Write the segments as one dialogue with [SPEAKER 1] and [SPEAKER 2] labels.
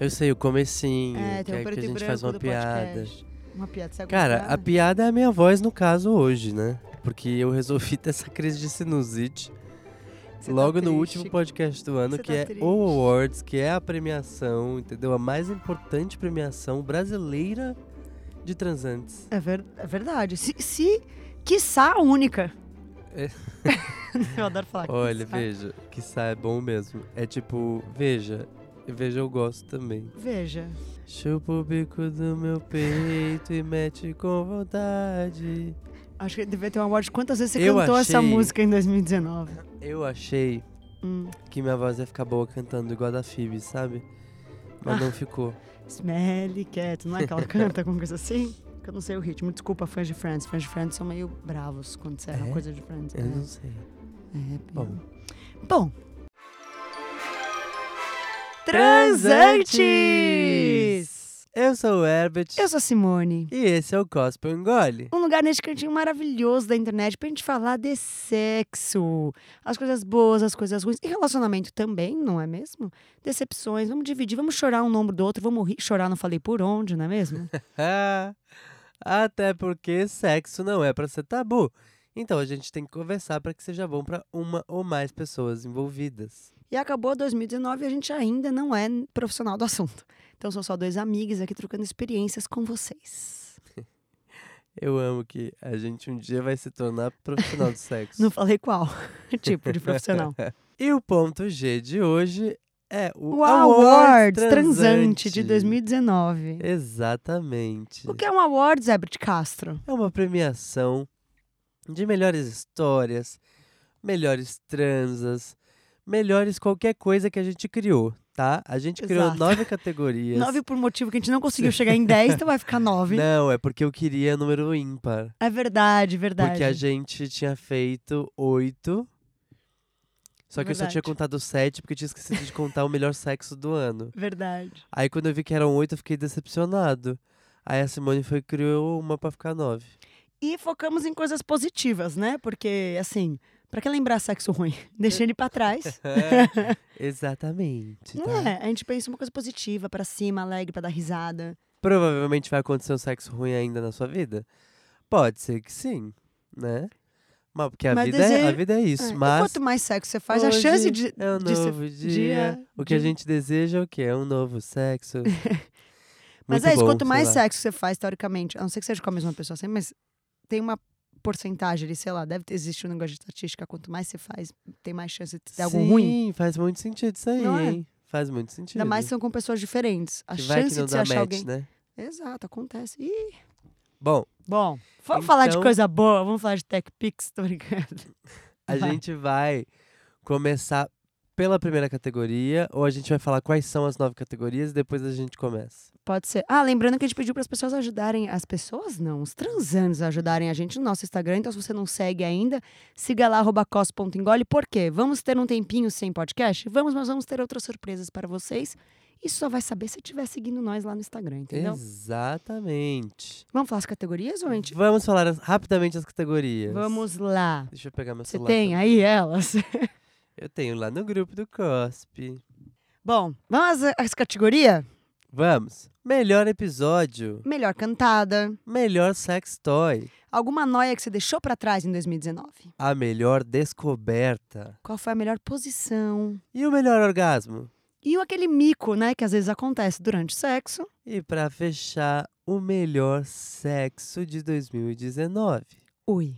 [SPEAKER 1] Eu sei, o comecinho, que,
[SPEAKER 2] É, tem o
[SPEAKER 1] é
[SPEAKER 2] preto
[SPEAKER 1] que a
[SPEAKER 2] e
[SPEAKER 1] gente
[SPEAKER 2] branco
[SPEAKER 1] faz uma
[SPEAKER 2] do
[SPEAKER 1] piada.
[SPEAKER 2] podcast. Uma piada, você
[SPEAKER 1] Cara,
[SPEAKER 2] gosta?
[SPEAKER 1] a piada é a minha voz no caso hoje, né? Porque eu resolvi ter essa crise de sinusite
[SPEAKER 2] Você tá
[SPEAKER 1] logo no
[SPEAKER 2] triste.
[SPEAKER 1] último podcast do ano,
[SPEAKER 2] Você
[SPEAKER 1] que
[SPEAKER 2] tá
[SPEAKER 1] é
[SPEAKER 2] triste.
[SPEAKER 1] o Awards, que é a premiação, entendeu? A mais importante premiação brasileira de transantes.
[SPEAKER 2] É, ver- é verdade. Se, se, quiçá, a única.
[SPEAKER 1] É.
[SPEAKER 2] eu adoro falar
[SPEAKER 1] Olha,
[SPEAKER 2] quiçá.
[SPEAKER 1] veja, que sai é bom mesmo. É tipo, veja, veja eu gosto também.
[SPEAKER 2] Veja.
[SPEAKER 1] Chupa o bico do meu peito e mete com vontade.
[SPEAKER 2] Acho que devia ter uma award de quantas vezes você
[SPEAKER 1] Eu
[SPEAKER 2] cantou essa
[SPEAKER 1] achei-
[SPEAKER 2] música em 2019.
[SPEAKER 1] Eu achei
[SPEAKER 2] Hum.
[SPEAKER 1] que minha voz ia ficar boa cantando igual a da Phoebe, sabe? Mas
[SPEAKER 2] Ah.
[SPEAKER 1] não ficou.
[SPEAKER 2] Smelly Cat, não é que ela canta alguma coisa assim? Que eu não sei o ritmo. Desculpa, fãs de Friends. Fãs de Friends são meio bravos quando você é?
[SPEAKER 1] É?
[SPEAKER 2] uma coisa de Friends.
[SPEAKER 1] Eu não
[SPEAKER 2] né?
[SPEAKER 1] sei.
[SPEAKER 2] É,
[SPEAKER 1] Bom.
[SPEAKER 2] Bom. Transantes!
[SPEAKER 1] Eu sou o Herbert
[SPEAKER 2] Eu sou a Simone.
[SPEAKER 1] e esse é o Gospel Engole.
[SPEAKER 2] Um lugar neste cantinho maravilhoso da internet pra gente falar de sexo. As coisas boas, as coisas ruins. E relacionamento também, não é mesmo? Decepções, vamos dividir, vamos chorar um no ombro do outro, vamos rir. Chorar não falei por onde, não é mesmo?
[SPEAKER 1] Ah, Até porque sexo não é pra ser tabu. Então a gente tem que conversar pra que seja bom pra uma ou mais pessoas envolvidas.
[SPEAKER 2] E acabou 2019 e a gente ainda não é profissional do assunto. Então são só dois amigos aqui trocando experiências com vocês.
[SPEAKER 1] Eu amo que a gente um dia vai se tornar profissional do sexo.
[SPEAKER 2] Não falei qual tipo de profissional.
[SPEAKER 1] E o ponto G de hoje é o,
[SPEAKER 2] O Awards Transante de 2019.
[SPEAKER 1] Exatamente.
[SPEAKER 2] O que é um Awards, Herbert Castro?
[SPEAKER 1] É uma premiação de melhores histórias, melhores transas, melhores qualquer coisa que a gente criou, tá? A gente criou
[SPEAKER 2] Exato.
[SPEAKER 1] nove categorias.
[SPEAKER 2] Nove por motivo que a gente não conseguiu chegar em 10, então vai ficar nove.
[SPEAKER 1] Não, é porque eu queria número ímpar.
[SPEAKER 2] É verdade, verdade.
[SPEAKER 1] Porque a gente tinha feito oito. Só que eu só tinha
[SPEAKER 2] Verdade.
[SPEAKER 1] contado sete, porque eu tinha esquecido de contar o melhor sexo do ano.
[SPEAKER 2] Verdade.
[SPEAKER 1] Aí quando eu vi que eram oito, eu fiquei decepcionado. Aí a Simone foi e criou uma pra ficar nove.
[SPEAKER 2] E focamos em coisas positivas, né? Porque, assim, pra que lembrar sexo ruim? Deixa ele pra trás.
[SPEAKER 1] Exatamente.
[SPEAKER 2] Não
[SPEAKER 1] tá?
[SPEAKER 2] é? A gente pensa uma coisa positiva, pra cima, alegre, pra dar risada.
[SPEAKER 1] Provavelmente vai acontecer um sexo ruim ainda na sua vida? Pode ser que sim, né? Mas porque a,
[SPEAKER 2] Mas
[SPEAKER 1] vida, é, a
[SPEAKER 2] desejo-
[SPEAKER 1] vida é isso.
[SPEAKER 2] É, e
[SPEAKER 1] Mas
[SPEAKER 2] quanto mais sexo você faz, a
[SPEAKER 1] hoje
[SPEAKER 2] chance de,
[SPEAKER 1] é um
[SPEAKER 2] de ser
[SPEAKER 1] novo dia. o que a
[SPEAKER 2] de-
[SPEAKER 1] gente deseja é o quê? É um novo sexo.
[SPEAKER 2] Mas
[SPEAKER 1] Muito
[SPEAKER 2] é isso,
[SPEAKER 1] bom,
[SPEAKER 2] quanto
[SPEAKER 1] sei
[SPEAKER 2] mais
[SPEAKER 1] lá.
[SPEAKER 2] sexo você faz, teoricamente, a não ser que seja com a mesma pessoa sempre, mas tem uma porcentagem ali, sei lá, deve ter- existir um negócio de estatística, quanto mais você faz, tem mais chance de ter algo ruim.
[SPEAKER 1] Sim, faz muito sentido isso aí,
[SPEAKER 2] Não é?
[SPEAKER 1] hein? Faz muito sentido.
[SPEAKER 2] Ainda mais se são com pessoas diferentes. A
[SPEAKER 1] que vai que
[SPEAKER 2] chance
[SPEAKER 1] não
[SPEAKER 2] de você
[SPEAKER 1] dá match,
[SPEAKER 2] achar alguém.
[SPEAKER 1] né?
[SPEAKER 2] Exato, acontece. Ih.
[SPEAKER 1] Bom,
[SPEAKER 2] Bom, vamos falar de
[SPEAKER 1] Então-
[SPEAKER 2] coisa boa, vamos falar de Tech Pix, tô brincando.
[SPEAKER 1] a
[SPEAKER 2] Vai.
[SPEAKER 1] gente vai começar pela primeira categoria, ou a gente vai falar quais são as nove categorias e depois a gente começa.
[SPEAKER 2] Pode ser. Ah, lembrando que a gente pediu para as pessoas ajudarem. As pessoas não, os transanos ajudarem a gente no nosso Instagram. Então, se você não segue ainda, siga lá, arroba cos.engole. Por quê? Vamos ter um tempinho sem podcast? Vamos, mas vamos ter outras surpresas para vocês. E só vai saber se estiver seguindo nós lá no Instagram, entendeu?
[SPEAKER 1] Exatamente.
[SPEAKER 2] Vamos falar as categorias ou a gente.
[SPEAKER 1] Vamos falar as- rapidamente as categorias.
[SPEAKER 2] Vamos lá.
[SPEAKER 1] Deixa eu pegar meu
[SPEAKER 2] Você
[SPEAKER 1] celular.
[SPEAKER 2] tem aí elas?
[SPEAKER 1] Eu tenho lá no grupo do COSP.
[SPEAKER 2] Bom, vamos às, às categorias?
[SPEAKER 1] Vamos. Melhor episódio.
[SPEAKER 2] Melhor cantada.
[SPEAKER 1] Melhor sex toy.
[SPEAKER 2] Alguma noia que você deixou para trás em 2019?
[SPEAKER 1] A melhor descoberta.
[SPEAKER 2] Qual foi a melhor posição?
[SPEAKER 1] E o melhor orgasmo.
[SPEAKER 2] E o aquele mico, né, que às vezes acontece durante o sexo.
[SPEAKER 1] E pra fechar, o melhor sexo de 2019.
[SPEAKER 2] Ui,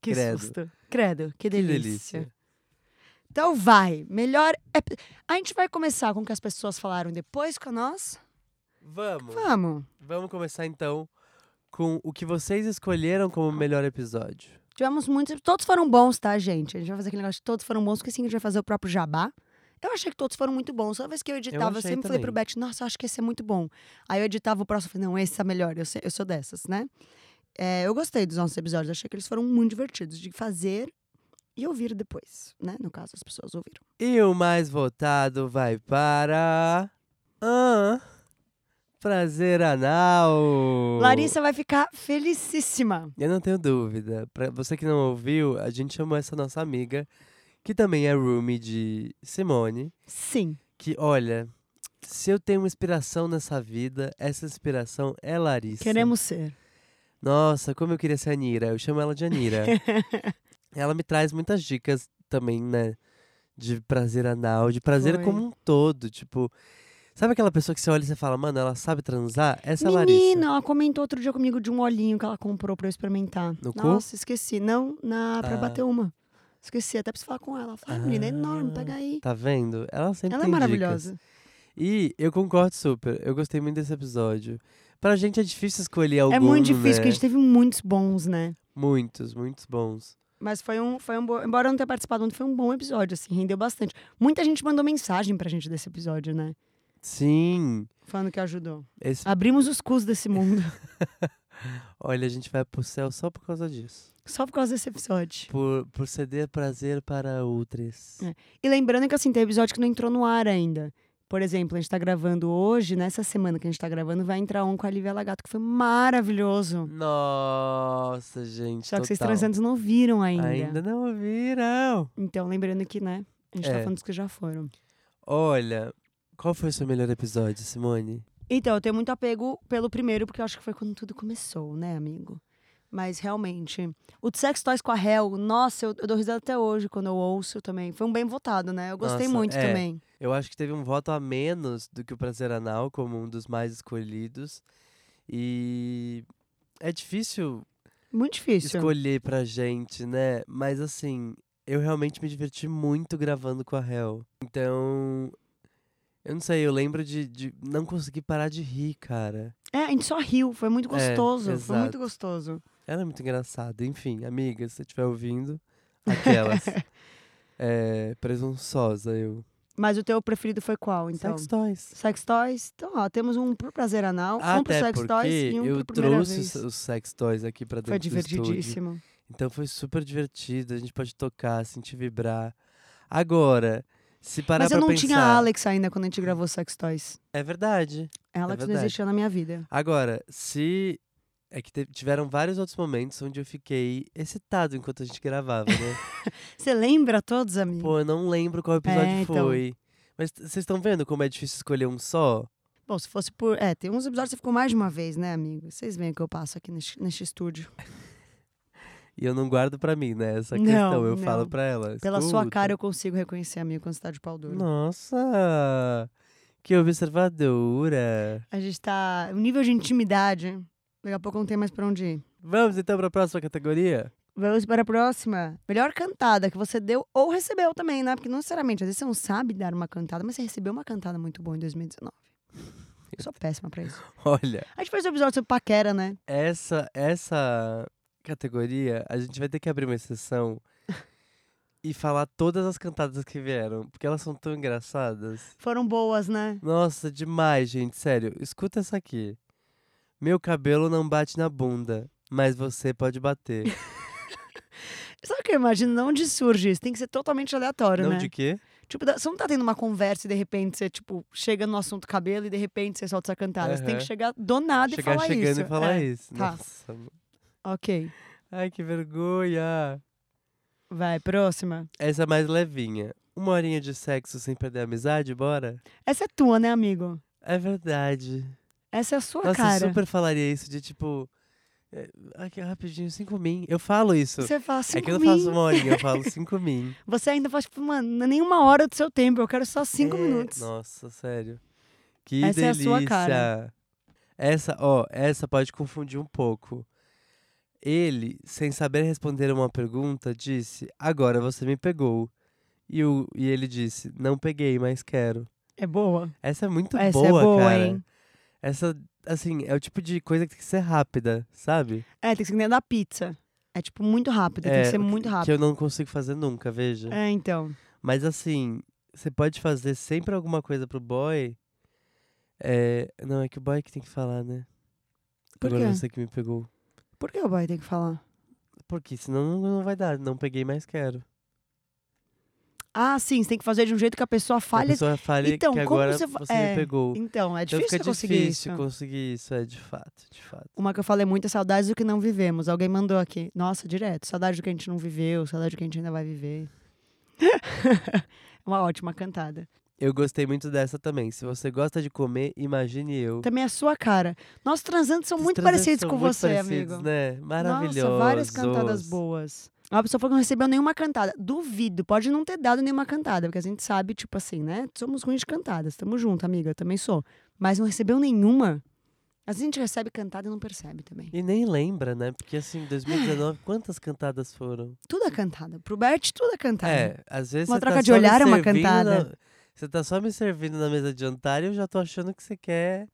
[SPEAKER 2] que
[SPEAKER 1] Credo.
[SPEAKER 2] susto. Credo, que
[SPEAKER 1] Que
[SPEAKER 2] delícia. Então vai, melhor... ep- A gente vai começar com o que as pessoas falaram depois com nós?
[SPEAKER 1] Vamos.
[SPEAKER 2] Vamos.
[SPEAKER 1] Vamos começar então com o que vocês escolheram como melhor episódio.
[SPEAKER 2] Tivemos muitos... Todos foram bons, tá, gente? A gente vai fazer aquele negócio de todos foram bons, porque assim a gente vai fazer o próprio jabá. Eu achei que todos foram muito bons. Toda vez que eu editava, eu,
[SPEAKER 1] achei
[SPEAKER 2] sempre falei pro
[SPEAKER 1] também.
[SPEAKER 2] Beth, nossa, eu acho que esse é muito bom. Aí eu editava o próximo, eu falei, não, esse é melhor, eu, sei- eu sou dessas, né? É, eu gostei dos nossos episódios, achei que eles foram muito divertidos de fazer e ouvir depois, né? No caso, as pessoas ouviram.
[SPEAKER 1] E o mais votado vai para. Ah, prazer anal!
[SPEAKER 2] Larissa vai ficar felicíssima.
[SPEAKER 1] Eu não tenho dúvida. Pra você que não ouviu, a gente chamou essa nossa amiga, que também é roomie de Simone,
[SPEAKER 2] Sim.
[SPEAKER 1] que olha, Se eu tenho uma inspiração nessa vida, essa inspiração é Larissa.
[SPEAKER 2] Queremos ser.
[SPEAKER 1] Nossa, como eu queria ser a Anira. Eu chamo ela de Anira. ela me traz muitas dicas também, né? De prazer anal, de prazer
[SPEAKER 2] Foi.
[SPEAKER 1] como um todo. Tipo, sabe aquela pessoa que você olha e você fala, mano, ela sabe transar? Essa é a Larissa.
[SPEAKER 2] Menina, ela comentou outro dia comigo de um olhinho que ela comprou pra eu experimentar.
[SPEAKER 1] No cu?
[SPEAKER 2] Nossa, esqueci. Não, na, pra
[SPEAKER 1] Ah.
[SPEAKER 2] bater uma. Esqueci, até preciso falar com ela. Falei, ah, menina, é enorme,
[SPEAKER 1] Ah,
[SPEAKER 2] pega aí.
[SPEAKER 1] Tá vendo? Ela sempre
[SPEAKER 2] Ela é
[SPEAKER 1] tem dicas.
[SPEAKER 2] maravilhosa.
[SPEAKER 1] E eu concordo super. Eu gostei muito desse episódio. Pra gente é difícil escolher algum,
[SPEAKER 2] É muito difícil,
[SPEAKER 1] né?
[SPEAKER 2] porque a gente teve muitos bons, né?
[SPEAKER 1] Muitos, muitos bons.
[SPEAKER 2] Mas foi um, foi um bo... embora eu não tenha participado muito, foi um bom episódio, assim, rendeu bastante. Muita gente mandou mensagem pra gente desse episódio, né?
[SPEAKER 1] Sim.
[SPEAKER 2] Falando que ajudou.
[SPEAKER 1] Esse...
[SPEAKER 2] Abrimos os cus desse mundo,
[SPEAKER 1] Olha, a gente vai pro céu só por causa disso.
[SPEAKER 2] só por causa desse episódio.
[SPEAKER 1] Por, por ceder prazer para outras.
[SPEAKER 2] É. E lembrando que, assim, tem episódio que não entrou no ar ainda. Por exemplo, a gente tá gravando hoje, nessa semana que a gente tá gravando, vai entrar um com a Lívia Lagato, que foi maravilhoso.
[SPEAKER 1] Nossa, gente.
[SPEAKER 2] Só que vocês
[SPEAKER 1] total.
[SPEAKER 2] transantes não viram ainda.
[SPEAKER 1] Ainda não ouviram.
[SPEAKER 2] Então, lembrando que, né, a gente tá
[SPEAKER 1] É.
[SPEAKER 2] falando dos que já foram.
[SPEAKER 1] Olha, qual foi o seu melhor episódio, Simone?
[SPEAKER 2] Então, eu tenho muito apego pelo primeiro, porque eu acho que foi quando tudo começou, né, amigo? Mas realmente. O de Sex Toys com a Hell, nossa, eu, eu dou risada até hoje quando eu ouço também. Foi um bem votado, né? Eu gostei
[SPEAKER 1] Nossa,
[SPEAKER 2] muito
[SPEAKER 1] é.
[SPEAKER 2] também.
[SPEAKER 1] Eu acho que teve um voto a menos do que o Prazer Anal, como um dos mais escolhidos. E é difícil
[SPEAKER 2] Muito difícil.
[SPEAKER 1] escolher pra gente, né? Mas assim, eu realmente me diverti muito gravando com a Hel. Então. Eu não sei, eu lembro de, de não conseguir parar de rir, cara.
[SPEAKER 2] É, a gente só riu, foi muito
[SPEAKER 1] É,
[SPEAKER 2] gostoso. foi muito
[SPEAKER 1] exato.
[SPEAKER 2] gostoso.
[SPEAKER 1] Ela é muito engraçada. Enfim, amiga, se você estiver ouvindo, aquelas. é, presunçosa, eu.
[SPEAKER 2] Mas o teu preferido foi qual, então?
[SPEAKER 1] Sex toys.
[SPEAKER 2] Sex Toys. Então, ó, temos um pro prazer anal, um pro
[SPEAKER 1] Até
[SPEAKER 2] Sex
[SPEAKER 1] porque
[SPEAKER 2] Toys e um
[SPEAKER 1] eu
[SPEAKER 2] pro primeira
[SPEAKER 1] trouxe os-
[SPEAKER 2] vez.
[SPEAKER 1] os sex toys aqui pra dentro
[SPEAKER 2] Foi
[SPEAKER 1] do estúdio.
[SPEAKER 2] divertidíssimo.
[SPEAKER 1] Então foi super divertido, a gente pode tocar, sentir vibrar. Agora, se parar
[SPEAKER 2] Mas eu
[SPEAKER 1] pra
[SPEAKER 2] não
[SPEAKER 1] pensar...
[SPEAKER 2] tinha a Alex ainda quando a gente gravou Sex Toys.
[SPEAKER 1] É verdade.
[SPEAKER 2] A Alex não
[SPEAKER 1] verdade.
[SPEAKER 2] existia na minha vida.
[SPEAKER 1] Agora, se. É que te- tiveram vários outros momentos onde eu fiquei excitado enquanto a gente gravava, né?
[SPEAKER 2] Você lembra todos, amigos?
[SPEAKER 1] Pô, eu não lembro qual episódio
[SPEAKER 2] É, então.
[SPEAKER 1] foi. Mas t- vocês estão vendo como é difícil escolher um só?
[SPEAKER 2] Bom, se fosse por. É, tem uns episódios que você ficou mais de uma vez, né, amigo? Vocês veem o que eu passo aqui neste, neste estúdio.
[SPEAKER 1] E eu não guardo pra mim, né? Essa
[SPEAKER 2] Não,
[SPEAKER 1] questão, eu
[SPEAKER 2] não.
[SPEAKER 1] falo pra ela.
[SPEAKER 2] Pela sua
[SPEAKER 1] "Escuta".
[SPEAKER 2] cara eu consigo reconhecer, amigo, quando você tá de pau duro.
[SPEAKER 1] Nossa! Que observadora!
[SPEAKER 2] A gente tá. O nível de intimidade. Daqui a pouco não tem mais pra onde ir.
[SPEAKER 1] Vamos então pra próxima categoria?
[SPEAKER 2] Vamos para a próxima. Melhor cantada que você deu ou recebeu também, né? Porque não necessariamente, às vezes você não sabe dar uma cantada, mas você recebeu uma cantada muito boa em 2019. Eu sou péssima pra isso.
[SPEAKER 1] Olha,
[SPEAKER 2] A gente fez um episódio sobre paquera, né?
[SPEAKER 1] essa essa categoria, a gente vai ter que abrir uma exceção e falar todas as cantadas que vieram, porque elas são tão engraçadas.
[SPEAKER 2] Foram boas, né?
[SPEAKER 1] Nossa, demais, gente, sério. Escuta essa aqui. Meu cabelo não bate na bunda, mas você pode bater.
[SPEAKER 2] Sabe o que eu imagino? Não de surge isso. Tem que ser totalmente aleatório,
[SPEAKER 1] não
[SPEAKER 2] né?
[SPEAKER 1] de quê?
[SPEAKER 2] Tipo, da- você não tá tendo uma conversa e de repente você, tipo, chega no assunto cabelo e de repente você solta essa cantada. Você tem que
[SPEAKER 1] Aham.
[SPEAKER 2] chegar do nada e
[SPEAKER 1] Chegar
[SPEAKER 2] falar
[SPEAKER 1] chegando
[SPEAKER 2] isso.
[SPEAKER 1] e falar
[SPEAKER 2] É.
[SPEAKER 1] isso.
[SPEAKER 2] tá.
[SPEAKER 1] Nossa. mano.
[SPEAKER 2] Ok.
[SPEAKER 1] Ai, que vergonha.
[SPEAKER 2] Vai, próxima.
[SPEAKER 1] Essa é mais levinha. Uma horinha de sexo sem perder a amizade, bora?
[SPEAKER 2] Essa é tua, né, amigo?
[SPEAKER 1] É verdade.
[SPEAKER 2] Essa é a sua
[SPEAKER 1] Nossa,
[SPEAKER 2] cara.
[SPEAKER 1] eu super falaria isso de tipo. é, Aqui, rapidinho, cinco min. Eu falo isso.
[SPEAKER 2] Você fala assim,
[SPEAKER 1] é que eu não faço uma horinha, eu falo cinco min.
[SPEAKER 2] Você ainda faz, tipo, mano, não é nenhuma hora do seu tempo. Eu quero só cinco
[SPEAKER 1] É,
[SPEAKER 2] minutos.
[SPEAKER 1] Nossa, sério. Que
[SPEAKER 2] Essa é a
[SPEAKER 1] delícia.
[SPEAKER 2] sua cara.
[SPEAKER 1] Essa, ó, essa pode confundir um pouco. Ele, sem saber responder uma pergunta, disse: Agora você me pegou. E, o, e ele disse: Não peguei, mas quero.
[SPEAKER 2] É boa.
[SPEAKER 1] Essa é muito
[SPEAKER 2] Essa
[SPEAKER 1] boa,
[SPEAKER 2] é boa,
[SPEAKER 1] cara.
[SPEAKER 2] hein?
[SPEAKER 1] Essa, assim, é o tipo de coisa que tem que ser rápida, sabe?
[SPEAKER 2] É, tem que ser que nem da pizza. É, tipo, muito rápido. tem que ser
[SPEAKER 1] o
[SPEAKER 2] muito
[SPEAKER 1] Que
[SPEAKER 2] rápido.
[SPEAKER 1] eu não consigo fazer nunca, veja.
[SPEAKER 2] É, então.
[SPEAKER 1] Mas assim, você pode fazer sempre alguma coisa pro boy. É, não, é que o boy que tem que falar, né?
[SPEAKER 2] Por
[SPEAKER 1] Agora
[SPEAKER 2] quê?
[SPEAKER 1] você que me pegou.
[SPEAKER 2] Por que o boy tem que falar?
[SPEAKER 1] Porque senão não, não vai dar. Não peguei, mas quero.
[SPEAKER 2] Ah, sim, você tem que fazer de um jeito que a pessoa
[SPEAKER 1] Que A
[SPEAKER 2] falha.
[SPEAKER 1] pessoa fale
[SPEAKER 2] Então,
[SPEAKER 1] que
[SPEAKER 2] como
[SPEAKER 1] agora
[SPEAKER 2] você
[SPEAKER 1] você,
[SPEAKER 2] fa- é,
[SPEAKER 1] me pegou.
[SPEAKER 2] Então, é
[SPEAKER 1] Então
[SPEAKER 2] difícil
[SPEAKER 1] fica
[SPEAKER 2] você conseguir
[SPEAKER 1] difícil
[SPEAKER 2] isso.
[SPEAKER 1] conseguir isso, é de fato, de fato.
[SPEAKER 2] Uma que eu falei muito é saudades do que não vivemos. Alguém mandou aqui. Nossa, direto. Saudade do que a gente não viveu, saudade do que a gente ainda vai viver. Uma É ótima cantada.
[SPEAKER 1] Eu gostei muito dessa também. Se você gosta de comer, imagine eu.
[SPEAKER 2] Também é a sua cara. Nossos transantes são
[SPEAKER 1] Esses
[SPEAKER 2] muito
[SPEAKER 1] transantes
[SPEAKER 2] parecidos
[SPEAKER 1] são
[SPEAKER 2] com
[SPEAKER 1] muito
[SPEAKER 2] você,
[SPEAKER 1] parecidos,
[SPEAKER 2] amigo.
[SPEAKER 1] né? Maravilhoso.
[SPEAKER 2] Nossa, várias cantadas boas. Uma pessoa falou que não recebeu nenhuma cantada. Duvido, pode não ter dado nenhuma cantada, porque a gente sabe, tipo assim, né? Somos ruins de cantadas, tamo junto, amiga, eu também sou. Mas não recebeu nenhuma. Às vezes a gente recebe cantada e não percebe também.
[SPEAKER 1] E nem lembra, né? Porque assim, 2019, quantas cantadas foram?
[SPEAKER 2] Tudo é cantada. Pro Bert, tudo é cantada.
[SPEAKER 1] É, às vezes.
[SPEAKER 2] Uma
[SPEAKER 1] você
[SPEAKER 2] troca
[SPEAKER 1] tá
[SPEAKER 2] de
[SPEAKER 1] só me
[SPEAKER 2] olhar é uma
[SPEAKER 1] servindo
[SPEAKER 2] cantada.
[SPEAKER 1] na- Você tá só me servindo na mesa de jantar e eu já tô achando que você quer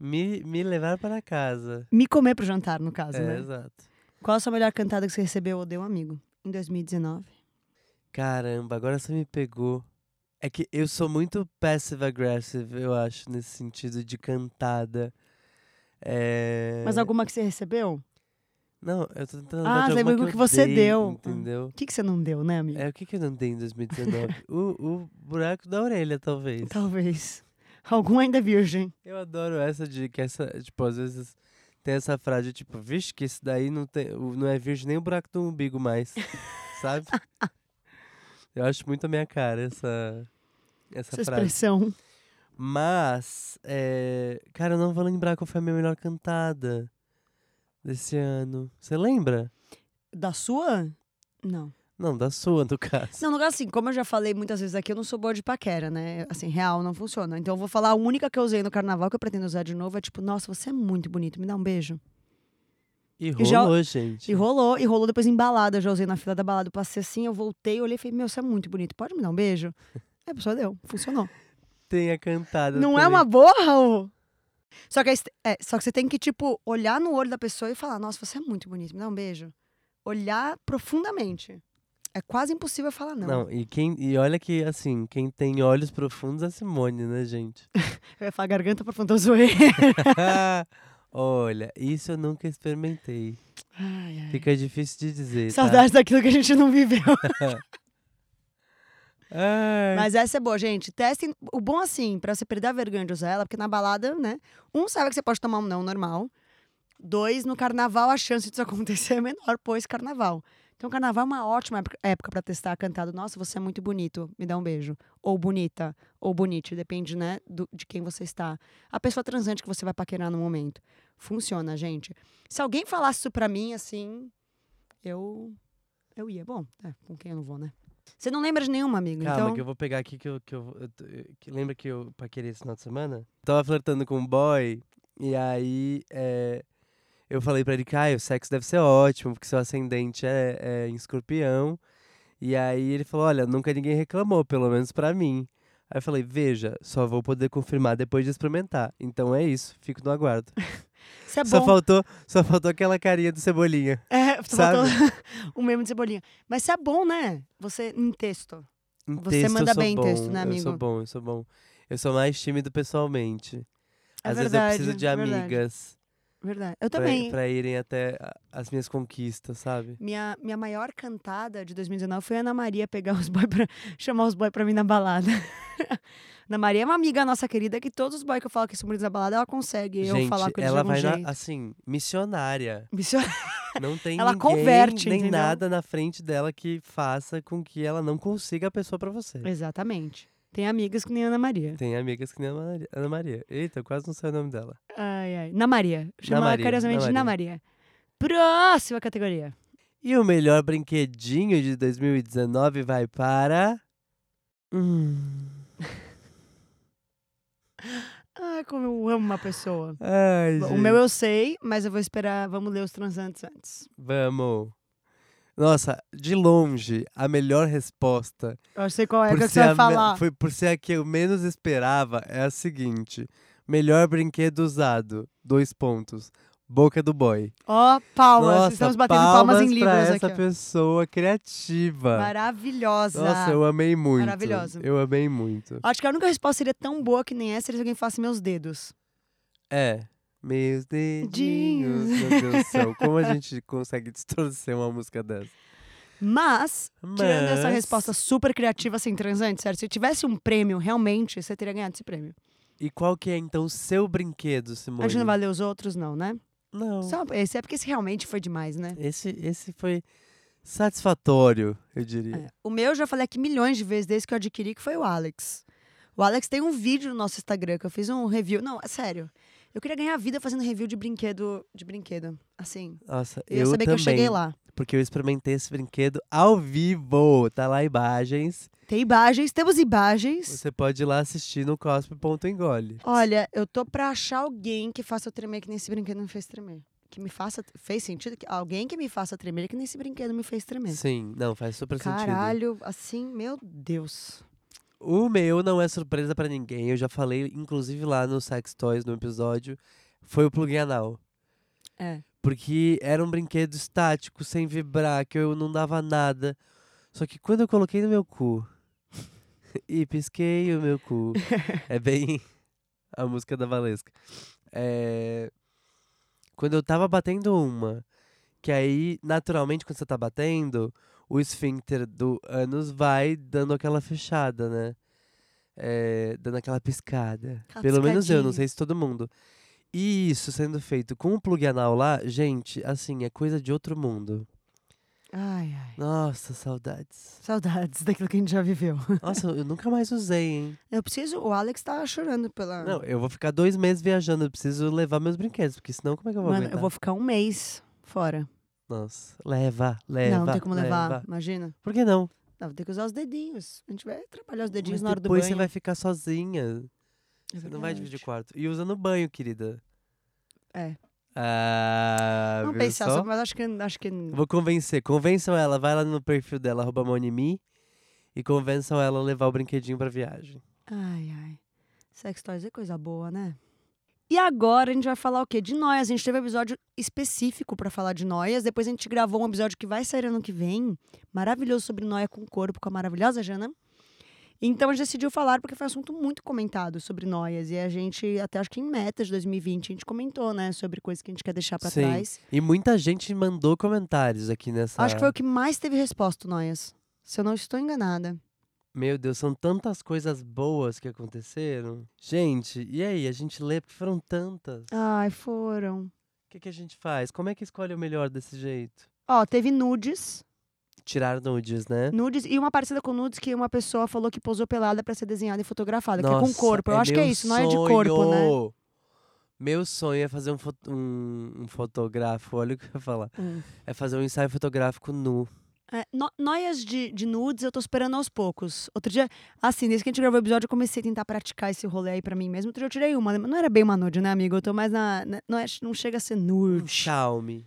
[SPEAKER 1] me, me levar para casa.
[SPEAKER 2] Me comer pro jantar, no caso,
[SPEAKER 1] É,
[SPEAKER 2] né?
[SPEAKER 1] exato.
[SPEAKER 2] Qual a sua melhor cantada que você recebeu ou deu um amigo? Em 2019.
[SPEAKER 1] Caramba, agora você me pegou. É que eu sou muito passive-aggressive, eu acho, nesse sentido de cantada. É...
[SPEAKER 2] Mas alguma que você recebeu?
[SPEAKER 1] Não, eu tô tentando lembrar
[SPEAKER 2] Ah,
[SPEAKER 1] de
[SPEAKER 2] você
[SPEAKER 1] alguma
[SPEAKER 2] lembrou
[SPEAKER 1] que,
[SPEAKER 2] que
[SPEAKER 1] eu
[SPEAKER 2] você
[SPEAKER 1] dei,
[SPEAKER 2] deu.
[SPEAKER 1] Entendeu?
[SPEAKER 2] O que, que você não deu, né, amigo?
[SPEAKER 1] É, o que que eu não dei em 2019? o, o buraco da orelha, talvez.
[SPEAKER 2] Talvez. Algum ainda virgem.
[SPEAKER 1] Eu adoro essa de que essa, tipo, às vezes tem essa frase, tipo, vixe, que esse daí não, tem, o- não é virgem nem o buraco do umbigo mais, sabe? Eu acho muito a minha cara essa, essa
[SPEAKER 2] Essa
[SPEAKER 1] frase.
[SPEAKER 2] expressão.
[SPEAKER 1] Mas, é, cara, eu não vou lembrar qual foi a minha melhor cantada desse ano. Você lembra?
[SPEAKER 2] Da sua? Não.
[SPEAKER 1] Não, da sua, no caso.
[SPEAKER 2] Não, no caso, assim, como eu já falei muitas vezes aqui, eu não sou boa de paquera, né? Assim, real, não funciona. Então eu vou falar a única que eu usei no carnaval que eu pretendo usar de novo é tipo, nossa, você é muito bonito, me dá um beijo.
[SPEAKER 1] E
[SPEAKER 2] E já-
[SPEAKER 1] rolou, gente.
[SPEAKER 2] E rolou, e rolou depois em balada, eu já usei na fila da balada. Eu passei assim, eu voltei, olhei e falei, meu, você é muito bonito, pode me dar um beijo? Aí a pessoa deu, funcionou.
[SPEAKER 1] Tem a cantada
[SPEAKER 2] Não é
[SPEAKER 1] também.
[SPEAKER 2] uma boa, Raul? Só que, aí cê- é, só que você tem que, tipo, olhar no olho da pessoa e falar, nossa, você é muito bonito, me dá um beijo. Olhar profundamente. É quase impossível falar não.
[SPEAKER 1] Não, e, quem, e olha que, assim, quem tem olhos profundos é Simone, né, gente?
[SPEAKER 2] Eu ia falar garganta profunda, eu zoei.
[SPEAKER 1] olha, isso eu nunca experimentei.
[SPEAKER 2] Ai, ai.
[SPEAKER 1] Fica difícil de dizer, tá?
[SPEAKER 2] Saudades daquilo que a gente não viveu.
[SPEAKER 1] Ai,
[SPEAKER 2] Mas essa é boa, gente. Testem. O bom, assim, pra você perder a vergonha de usar ela, porque na balada, né? Um sabe que você pode tomar um não normal. Dois, no carnaval a chance disso acontecer é menor, pois carnaval. Então, carnaval é uma ótima época- época pra testar cantado. Nossa, você é muito bonito, me dá um beijo. Ou bonita, ou bonite, depende, né, do- de quem você está. A pessoa transante que você vai paquerar no momento. Funciona, gente. Se alguém falasse isso pra mim, assim, eu. Eu ia. Bom, é, com quem eu não vou, né? Você não lembra de nenhuma, amigo?
[SPEAKER 1] Calma,
[SPEAKER 2] então...
[SPEAKER 1] que eu vou pegar aqui que eu. Que eu, vou- eu tô- eu- que- lembra que eu paquerei esse final de semana? Tava flertando com um boy, e aí é, eu falei pra ele, Caio, o sexo deve ser ótimo, porque seu ascendente é, é em escorpião. E aí ele falou, olha, nunca ninguém reclamou, pelo menos pra mim. Aí eu falei, veja, só vou poder confirmar depois de experimentar. Então é isso, fico no aguardo.
[SPEAKER 2] Isso é
[SPEAKER 1] só,
[SPEAKER 2] bom.
[SPEAKER 1] faltou, só faltou aquela carinha do Cebolinha.
[SPEAKER 2] É, só
[SPEAKER 1] sabe?
[SPEAKER 2] faltou um meme de cebolinha. Mas isso é bom, né? Você em texto.
[SPEAKER 1] Em
[SPEAKER 2] Você
[SPEAKER 1] texto, eu
[SPEAKER 2] manda
[SPEAKER 1] sou
[SPEAKER 2] bem em
[SPEAKER 1] bom,
[SPEAKER 2] texto, né,
[SPEAKER 1] Eu sou
[SPEAKER 2] amigo?
[SPEAKER 1] bom, eu sou bom. Eu sou mais tímido pessoalmente.
[SPEAKER 2] É
[SPEAKER 1] Às
[SPEAKER 2] verdade,
[SPEAKER 1] vezes eu preciso de
[SPEAKER 2] é verdade.
[SPEAKER 1] amigas
[SPEAKER 2] Verdade. Eu
[SPEAKER 1] pra,
[SPEAKER 2] também.
[SPEAKER 1] pra irem até a- as minhas conquistas, sabe?
[SPEAKER 2] Minha, minha maior cantada de 2019 foi a Ana Maria pegar os boy pra. chamar os boy pra mim na balada. Ana Maria é uma amiga nossa querida que todos os boy que eu falo que são bonitos na balada, ela consegue eu
[SPEAKER 1] Gente,
[SPEAKER 2] falar com eles
[SPEAKER 1] ela
[SPEAKER 2] de algum
[SPEAKER 1] vai na-
[SPEAKER 2] jeito.
[SPEAKER 1] assim, missionária.
[SPEAKER 2] Missionária.
[SPEAKER 1] Não tem
[SPEAKER 2] Ela
[SPEAKER 1] ninguém,
[SPEAKER 2] converte,
[SPEAKER 1] nem
[SPEAKER 2] entendeu?
[SPEAKER 1] nada na frente dela que faça com que ela não consiga a pessoa pra você.
[SPEAKER 2] Exatamente. Tem amigas que nem a Ana Maria.
[SPEAKER 1] Tem amigas que nem a Mari- Ana Maria. Eita, eu quase não sei o nome dela.
[SPEAKER 2] Ai, ai. Na Maria. Chama
[SPEAKER 1] Maria,
[SPEAKER 2] carinhosamente
[SPEAKER 1] na
[SPEAKER 2] de Na Maria. Próxima categoria.
[SPEAKER 1] E o melhor brinquedinho de 2019 vai para. Hum.
[SPEAKER 2] Ai, como eu amo uma pessoa.
[SPEAKER 1] Ai,
[SPEAKER 2] Bom,
[SPEAKER 1] gente.
[SPEAKER 2] O meu é eu sei, mas eu vou esperar. Vamos ler os transantes antes.
[SPEAKER 1] Vamos. Nossa, de longe, a melhor resposta
[SPEAKER 2] Eu sei qual é
[SPEAKER 1] por
[SPEAKER 2] que você
[SPEAKER 1] ser
[SPEAKER 2] vai
[SPEAKER 1] a me-
[SPEAKER 2] falar.
[SPEAKER 1] Foi por ser a que eu menos esperava, é a seguinte: melhor brinquedo usado, dois pontos. Boca do boy.
[SPEAKER 2] Ó, palmas.
[SPEAKER 1] Nossa,
[SPEAKER 2] Estamos batendo palmas, em
[SPEAKER 1] pra
[SPEAKER 2] livros aqui.
[SPEAKER 1] essa
[SPEAKER 2] ó.
[SPEAKER 1] pessoa criativa.
[SPEAKER 2] Maravilhosa.
[SPEAKER 1] Nossa, eu amei muito.
[SPEAKER 2] Maravilhosa.
[SPEAKER 1] Eu amei muito.
[SPEAKER 2] Acho que a única resposta seria tão boa que nem essa seria se alguém falasse meus dedos.
[SPEAKER 1] É. Meus dedinhos.
[SPEAKER 2] Dinhos.
[SPEAKER 1] Meu Deus do céu. Como a gente consegue distorcer uma música dessa?
[SPEAKER 2] Mas, tirando essa
[SPEAKER 1] Mas-
[SPEAKER 2] resposta super criativa, assim, transante, sério, se tivesse um prêmio, realmente, você teria ganhado esse prêmio.
[SPEAKER 1] E qual que é, então, o seu brinquedo, Simone?
[SPEAKER 2] A gente não vai ler os outros, não, né?
[SPEAKER 1] Não.
[SPEAKER 2] Só esse é porque esse realmente foi demais, né?
[SPEAKER 1] Esse, esse foi satisfatório, eu diria.
[SPEAKER 2] É. O meu eu já falei aqui milhões de vezes desde que eu adquiri, que foi o Alex. O Alex tem um vídeo no nosso Instagram que eu fiz um review. Não, é sério. Eu queria ganhar vida fazendo review de brinquedo, de brinquedo. Assim,
[SPEAKER 1] Nossa,
[SPEAKER 2] eu ia
[SPEAKER 1] eu
[SPEAKER 2] saber
[SPEAKER 1] também.
[SPEAKER 2] que eu cheguei lá.
[SPEAKER 1] Porque eu experimentei esse brinquedo ao vivo. Tá lá imagens.
[SPEAKER 2] Tem imagens, temos imagens.
[SPEAKER 1] Você pode ir lá assistir no cospe.engole.
[SPEAKER 2] Olha, eu tô pra achar alguém que faça eu tremer que nem esse brinquedo me fez tremer. Que me faça, fez sentido? Que alguém que me faça tremer que nem esse brinquedo me fez tremer.
[SPEAKER 1] Sim, não, faz super sentido.
[SPEAKER 2] Caralho, assim, meu Deus.
[SPEAKER 1] O meu não é surpresa pra ninguém. Eu já falei, inclusive lá no Sex Toys, no episódio, foi o plugin anal.
[SPEAKER 2] É.
[SPEAKER 1] Porque era um brinquedo estático, sem vibrar, que eu não dava nada. Só que quando eu coloquei no meu cu e pisquei o meu cu, é bem a música da Valesca. É, Quando eu tava batendo uma, que aí, naturalmente, quando você tá batendo, o esfíncter do ânus vai dando aquela fechada, né? É, dando aquela piscada.
[SPEAKER 2] Aquela
[SPEAKER 1] Pelo menos eu, não
[SPEAKER 2] piscadinha.
[SPEAKER 1] sei se todo mundo. E isso sendo feito com o plug anal lá, gente, assim, é coisa de outro mundo.
[SPEAKER 2] Ai, ai.
[SPEAKER 1] Nossa, saudades.
[SPEAKER 2] Saudades daquilo que a gente já viveu.
[SPEAKER 1] Nossa, eu nunca mais usei, hein?
[SPEAKER 2] Eu preciso. O Alex tá chorando pela.
[SPEAKER 1] Não, eu vou ficar dois meses viajando, eu preciso levar meus brinquedos, porque senão como é que eu vou
[SPEAKER 2] Mano, eu
[SPEAKER 1] aguentar?
[SPEAKER 2] vou ficar um mês fora.
[SPEAKER 1] Nossa, leva, leva,
[SPEAKER 2] não, não tem como levar.
[SPEAKER 1] leva.
[SPEAKER 2] Imagina.
[SPEAKER 1] Por que não?
[SPEAKER 2] Não, tem que usar os dedinhos. A gente vai trabalhar os dedinhos
[SPEAKER 1] Mas
[SPEAKER 2] na hora do banho.
[SPEAKER 1] depois você vai ficar sozinha.
[SPEAKER 2] É
[SPEAKER 1] Você não vai dividir
[SPEAKER 2] verdade.
[SPEAKER 1] quarto. E usa no banho, querida.
[SPEAKER 2] É.
[SPEAKER 1] Ah,
[SPEAKER 2] Vamos
[SPEAKER 1] viu
[SPEAKER 2] pensar
[SPEAKER 1] só?
[SPEAKER 2] sobre, mas acho que. Acho que...
[SPEAKER 1] Vou convencer. Convençam ela, vai lá no perfil dela, arroba monimi, e convençam ela a levar o brinquedinho pra viagem.
[SPEAKER 2] Ai, ai. Sex toys é coisa boa, né? E agora a gente vai falar o quê? De noias. A gente teve um episódio específico pra falar de noias. Depois a gente gravou um episódio que vai sair ano que vem. Maravilhoso sobre noia com corpo, com a maravilhosa Jana. Então a gente decidiu falar porque foi um assunto muito comentado sobre noias. E a gente, até acho que em metas de 2020, a gente comentou, né? Sobre coisas que a gente quer deixar pra
[SPEAKER 1] Sim.
[SPEAKER 2] trás.
[SPEAKER 1] E muita gente mandou comentários aqui nessa.
[SPEAKER 2] Acho que foi o que mais teve resposta, noias. Se eu não estou enganada.
[SPEAKER 1] Meu Deus, são tantas coisas boas que aconteceram. Gente, e aí? A gente lê porque foram tantas. O
[SPEAKER 2] Ai, foram.
[SPEAKER 1] que, que a gente faz? Como é que escolhe o melhor desse jeito?
[SPEAKER 2] Ó, teve nudes.
[SPEAKER 1] Tirar nudes, né?
[SPEAKER 2] Nudes e uma parecida com nudes que uma pessoa falou que posou pelada pra ser desenhada e fotografada, que é com
[SPEAKER 1] Nossa,
[SPEAKER 2] corpo. Eu acho que é
[SPEAKER 1] meu
[SPEAKER 2] isso, não é de corpo, né?
[SPEAKER 1] sonho! Meu sonho é fazer um, fo- um, um fotógrafo, olha o que eu ia falar.
[SPEAKER 2] Hum.
[SPEAKER 1] É fazer um ensaio fotográfico nu.
[SPEAKER 2] É, no- noias de, de nudes eu tô esperando aos poucos. Outro dia, assim, desde que a gente gravou o episódio, eu comecei a tentar praticar esse rolê aí pra mim mesmo. Outro dia eu tirei uma, não era bem uma nude, né, amigo? Eu tô mais na. na- não, é, não chega a ser
[SPEAKER 1] Um
[SPEAKER 2] nude.
[SPEAKER 1] chalme.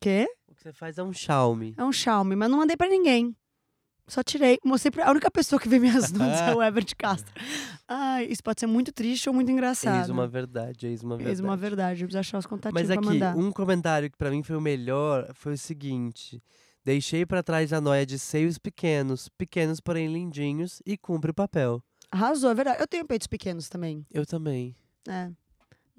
[SPEAKER 2] Quê?
[SPEAKER 1] O que você faz é um chalme.
[SPEAKER 2] É um Xiaomi, mas não mandei pra ninguém. Só tirei. Mostrei pra. A única pessoa que vê minhas nudes é o Everett Castro. Ai, isso pode ser muito triste ou muito engraçado.
[SPEAKER 1] Eis uma verdade, eis uma verdade.
[SPEAKER 2] Eis uma verdade. Eu preciso achar os contatinhos
[SPEAKER 1] Mas
[SPEAKER 2] tá pra
[SPEAKER 1] aqui,
[SPEAKER 2] mandar.
[SPEAKER 1] um comentário que pra mim foi o melhor foi o seguinte: deixei pra trás a noia de seios pequenos, pequenos porém lindinhos e cumpre o papel.
[SPEAKER 2] Arrasou, é verdade. Eu tenho peitos pequenos também.
[SPEAKER 1] Eu também.
[SPEAKER 2] É.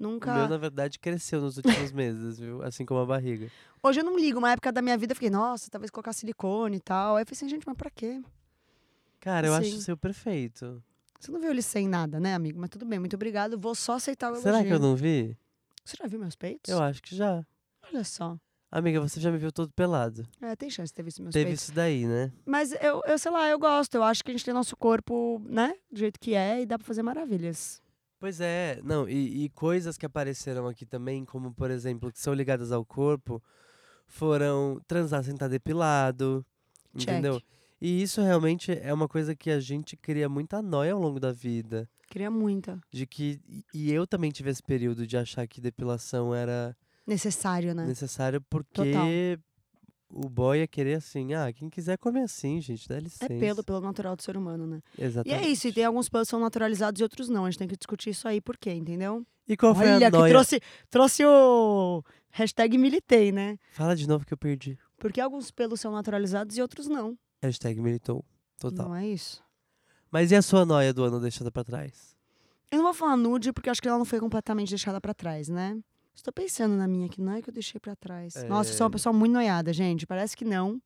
[SPEAKER 1] O meu,
[SPEAKER 2] Nunca.
[SPEAKER 1] na verdade, cresceu nos últimos meses, viu? Assim como a barriga.
[SPEAKER 2] Hoje eu não ligo. Uma época da minha vida eu fiquei, nossa, talvez colocar silicone e tal. Aí eu falei assim, gente, mas pra quê?
[SPEAKER 1] Cara, eu acho
[SPEAKER 2] Sim.
[SPEAKER 1] o seu perfeito.
[SPEAKER 2] Você não viu ele sem nada, né, amigo? Mas tudo bem, muito obrigado. Vou só aceitar o elogio.
[SPEAKER 1] Será que eu não vi?
[SPEAKER 2] Você já viu meus peitos?
[SPEAKER 1] Eu acho que já.
[SPEAKER 2] Olha só.
[SPEAKER 1] Amiga, você já me viu todo pelado.
[SPEAKER 2] É, tem chance de ter visto meus
[SPEAKER 1] Teve
[SPEAKER 2] peitos.
[SPEAKER 1] isso daí, né?
[SPEAKER 2] Mas eu, eu, sei lá, eu gosto. Eu acho que a gente tem nosso corpo, né? Do jeito que é e dá pra fazer maravilhas.
[SPEAKER 1] Pois é, não, e, e coisas que apareceram aqui também, como por exemplo, que são ligadas ao corpo, foram transar sem estar depilado,
[SPEAKER 2] Check.
[SPEAKER 1] entendeu? E isso realmente é uma coisa que a gente cria muita noia ao longo da vida.
[SPEAKER 2] Queria muita.
[SPEAKER 1] De que. e- E eu também tive esse período de achar que depilação era
[SPEAKER 2] Necessário, né?
[SPEAKER 1] necessário, porque o boy ia querer assim, ah, quem quiser come assim, gente, dá licença.
[SPEAKER 2] É pelo, pelo natural do ser humano, né? E
[SPEAKER 1] Exatamente.
[SPEAKER 2] é isso, e tem alguns planos que são naturalizados e outros não. A gente tem que discutir isso aí, por quê, entendeu?
[SPEAKER 1] E qual foi
[SPEAKER 2] Olha,
[SPEAKER 1] a
[SPEAKER 2] que
[SPEAKER 1] noia?
[SPEAKER 2] trouxe, trouxe o hashtag militei, né?
[SPEAKER 1] Fala de novo que eu perdi.
[SPEAKER 2] Porque alguns pelos são naturalizados e outros não.
[SPEAKER 1] Hashtag militou. Total.
[SPEAKER 2] Não é isso.
[SPEAKER 1] Mas e a sua noia do ano deixada pra trás?
[SPEAKER 2] Eu não vou falar nude porque eu acho que ela não foi completamente deixada pra trás, né? Estou pensando na minha que não é que eu deixei pra trás. Nossa, eu sou uma
[SPEAKER 1] É.
[SPEAKER 2] pessoa muito noiada, gente. Parece que não.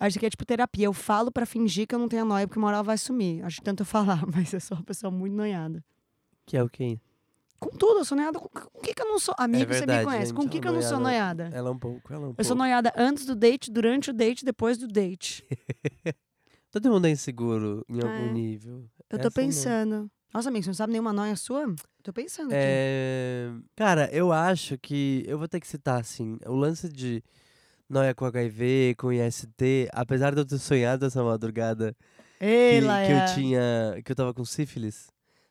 [SPEAKER 2] Acho que é tipo terapia. Eu falo pra fingir que eu não tenho noia porque uma hora ela vai sumir. Acho que tanto eu falar, mas eu sou uma pessoa muito noiada.
[SPEAKER 1] Que é o quem?
[SPEAKER 2] Com tudo, eu sou noiada. Com, com o que, que eu não sou? Amigo, você me
[SPEAKER 1] É verdade,
[SPEAKER 2] conhece.
[SPEAKER 1] gente,
[SPEAKER 2] com o que,
[SPEAKER 1] ela
[SPEAKER 2] que eu não sou noiada?
[SPEAKER 1] Ela é um pouco, ela é um
[SPEAKER 2] Eu
[SPEAKER 1] pouco.
[SPEAKER 2] sou noiada antes do date, durante o date, depois do date.
[SPEAKER 1] Todo mundo é inseguro em algum
[SPEAKER 2] É.
[SPEAKER 1] nível.
[SPEAKER 2] Eu
[SPEAKER 1] Essa
[SPEAKER 2] tô
[SPEAKER 1] não.
[SPEAKER 2] pensando. Nossa, amigo, você não sabe nenhuma noia sua? Tô pensando aqui.
[SPEAKER 1] É, Cara, eu acho que. Eu vou ter que citar, assim, o lance de noia com HIV, com IST, apesar de eu ter sonhado essa madrugada que,
[SPEAKER 2] Ei,
[SPEAKER 1] que
[SPEAKER 2] Laia.
[SPEAKER 1] eu tinha. que eu tava com sífilis,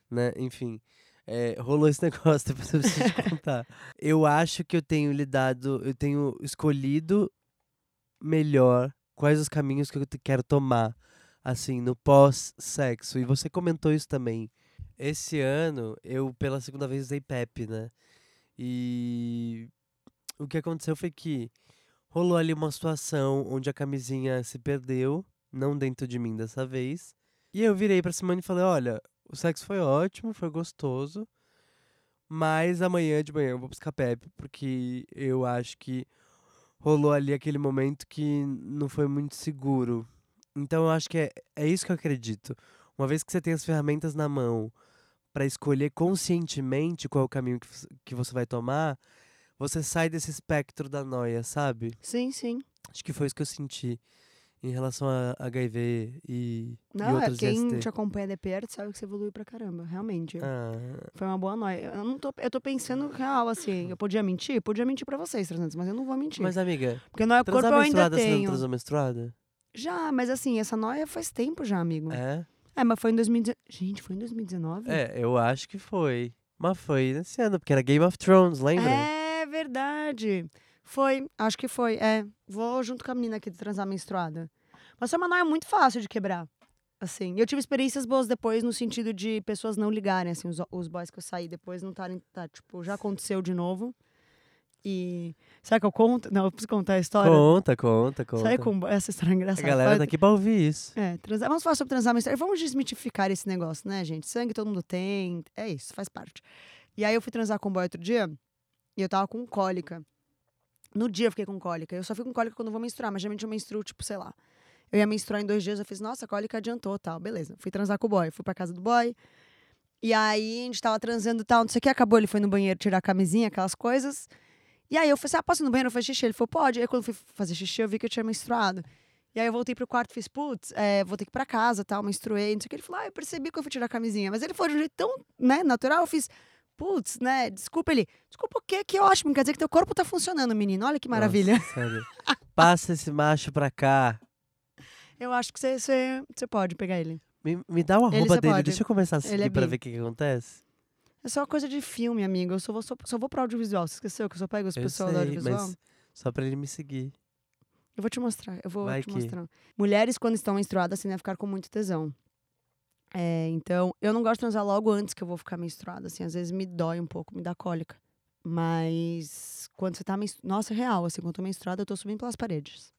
[SPEAKER 1] né? Enfim. é, rolou esse negócio, depois eu preciso te contar. Eu acho que eu tenho lidado, eu tenho escolhido melhor quais os caminhos que eu te- quero tomar, assim, no pós-sexo. E você comentou isso também. Esse ano, eu pela segunda vez usei PEP, né? E o que aconteceu foi que rolou ali uma situação onde a camisinha se perdeu, não dentro de mim dessa vez. E eu virei pra Simone e falei: Olha, o sexo foi ótimo, foi gostoso, mas amanhã de manhã eu vou buscar Pepe, porque eu acho que rolou ali aquele momento que não foi muito seguro. Então eu acho que é, é isso que eu acredito. Uma vez que você tem as ferramentas na mão pra escolher conscientemente qual é o caminho que, vo- que você vai tomar, você sai desse espectro da noia, sabe?
[SPEAKER 2] Sim, sim.
[SPEAKER 1] Acho que foi isso que eu senti em relação a HIV e, e
[SPEAKER 2] Não, é
[SPEAKER 1] outras
[SPEAKER 2] quem
[SPEAKER 1] IST.
[SPEAKER 2] te acompanha de perto sabe que você evoluiu pra caramba, realmente.
[SPEAKER 1] Ah,
[SPEAKER 2] Foi uma boa noia. Eu não tô, eu tô pensando real, assim. Eu podia mentir? Podia mentir pra vocês, 300, mas eu não vou mentir.
[SPEAKER 1] mas, né, amiga,
[SPEAKER 2] Porque noia é corpo
[SPEAKER 1] transar
[SPEAKER 2] eu ainda
[SPEAKER 1] menstruada, você não
[SPEAKER 2] tenho.
[SPEAKER 1] transou menstruada?
[SPEAKER 2] Já, mas assim, essa noia faz tempo já, amigo. É,
[SPEAKER 1] É?
[SPEAKER 2] mas foi em 2019. Gente, foi em 2019?
[SPEAKER 1] É, eu acho que foi. Mas foi nesse ano, porque era Game of Thrones, lembra?
[SPEAKER 2] É verdade. Foi, acho que foi. É, vou junto com a menina aqui de transar menstruada. Mas foi uma noia muito fácil de quebrar. Assim, eu tive experiências boas depois no sentido de pessoas não ligarem, assim, os, os boys que eu saí depois não estarem, tá, tipo, já aconteceu de novo. E será que eu conto? Não, eu preciso contar a história.
[SPEAKER 1] Conta, conta, conta.
[SPEAKER 2] Sabe como essa história é
[SPEAKER 1] A
[SPEAKER 2] engraçada?
[SPEAKER 1] galera
[SPEAKER 2] Fala-
[SPEAKER 1] tá aqui pra ouvir isso.
[SPEAKER 2] é, transar- vamos falar sobre transar menstrual. Vamos desmitificar esse negócio, né, gente? Sangue todo mundo tem, é isso, faz parte. E aí eu fui transar com o boy outro dia e eu tava com cólica. No dia eu fiquei com cólica. Eu só fico com cólica quando eu vou menstruar, mas geralmente eu menstruo, tipo, sei lá. Eu ia menstruar em dois dias, eu fiz, nossa, cólica adiantou, tal, beleza. Fui transar com o boy, fui pra casa do boy. E aí a gente tava transando tal, não sei o que, acabou, ele foi no banheiro tirar a camisinha, aquelas coisas. E aí eu falei assim, ah, posso ir no banheiro fazer xixi? Ele falou, pode. Aí quando eu fui fazer xixi, eu vi que eu tinha menstruado. E aí eu voltei pro quarto e fiz, putz, é, vou ter que ir pra casa, tal, menstruei, não sei o que. Ele falou, ah, eu percebi que eu fui tirar a camisinha. Mas ele foi de um jeito tão, né, natural, eu fiz, putz, né, desculpa ele. Desculpa o quê? Que ótimo, quer dizer que teu corpo tá funcionando, menino. Olha que maravilha.
[SPEAKER 1] Nossa, sério. Passa esse macho pra cá.
[SPEAKER 2] Eu acho que você- você você pode pegar ele.
[SPEAKER 1] Me, me dá o
[SPEAKER 2] Ele
[SPEAKER 1] arroba
[SPEAKER 2] só
[SPEAKER 1] dele,
[SPEAKER 2] pode.
[SPEAKER 1] deixa eu começar a seguir
[SPEAKER 2] é
[SPEAKER 1] pra
[SPEAKER 2] bi.
[SPEAKER 1] ver o que, que acontece.
[SPEAKER 2] É só coisa de filme, amigo. Eu só vou, só, só vou pro audiovisual. Você esqueceu que eu só pego as
[SPEAKER 1] eu
[SPEAKER 2] pessoas do
[SPEAKER 1] sei,
[SPEAKER 2] audiovisual?
[SPEAKER 1] mas só pra ele me seguir.
[SPEAKER 2] Eu vou te mostrar, eu vou
[SPEAKER 1] Vai
[SPEAKER 2] te
[SPEAKER 1] que-
[SPEAKER 2] mostrar. Mulheres, quando estão menstruadas, tendem a ficar com muito tesão. É, então, eu não gosto de transar logo antes que eu vou ficar menstruada, assim, às vezes me dói um pouco, me dá cólica. Mas quando você tá menstruada, nossa, é real, assim, quando eu tô menstruada, eu tô subindo pelas paredes.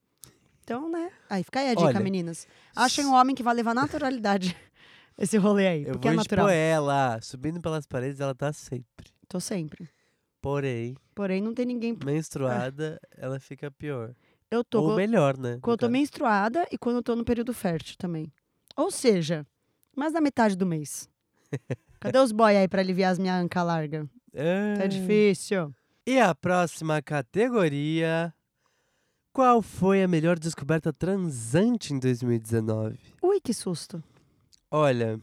[SPEAKER 2] Então, né? Aí fica aí a dica,
[SPEAKER 1] Olha,
[SPEAKER 2] meninas. Achem um homem que vai levar naturalidade esse rolê aí,
[SPEAKER 1] Eu
[SPEAKER 2] porque
[SPEAKER 1] vou
[SPEAKER 2] é
[SPEAKER 1] expor
[SPEAKER 2] natural.
[SPEAKER 1] ela. Subindo pelas paredes, ela tá sempre.
[SPEAKER 2] Tô sempre.
[SPEAKER 1] Porém,
[SPEAKER 2] Porém, não tem ninguém.
[SPEAKER 1] menstruada, ela fica pior.
[SPEAKER 2] Eu tô
[SPEAKER 1] Ou
[SPEAKER 2] go-
[SPEAKER 1] melhor, né? no
[SPEAKER 2] Quando eu tô
[SPEAKER 1] caso.
[SPEAKER 2] menstruada e quando eu tô no período fértil também. Ou seja, mais da metade do mês. Cadê os boy aí pra aliviar as minhas anca larga? Tá
[SPEAKER 1] Ah.
[SPEAKER 2] difícil.
[SPEAKER 1] E a próxima categoria. Qual foi a melhor descoberta transante em 2019?
[SPEAKER 2] Ui, que susto.
[SPEAKER 1] Olha,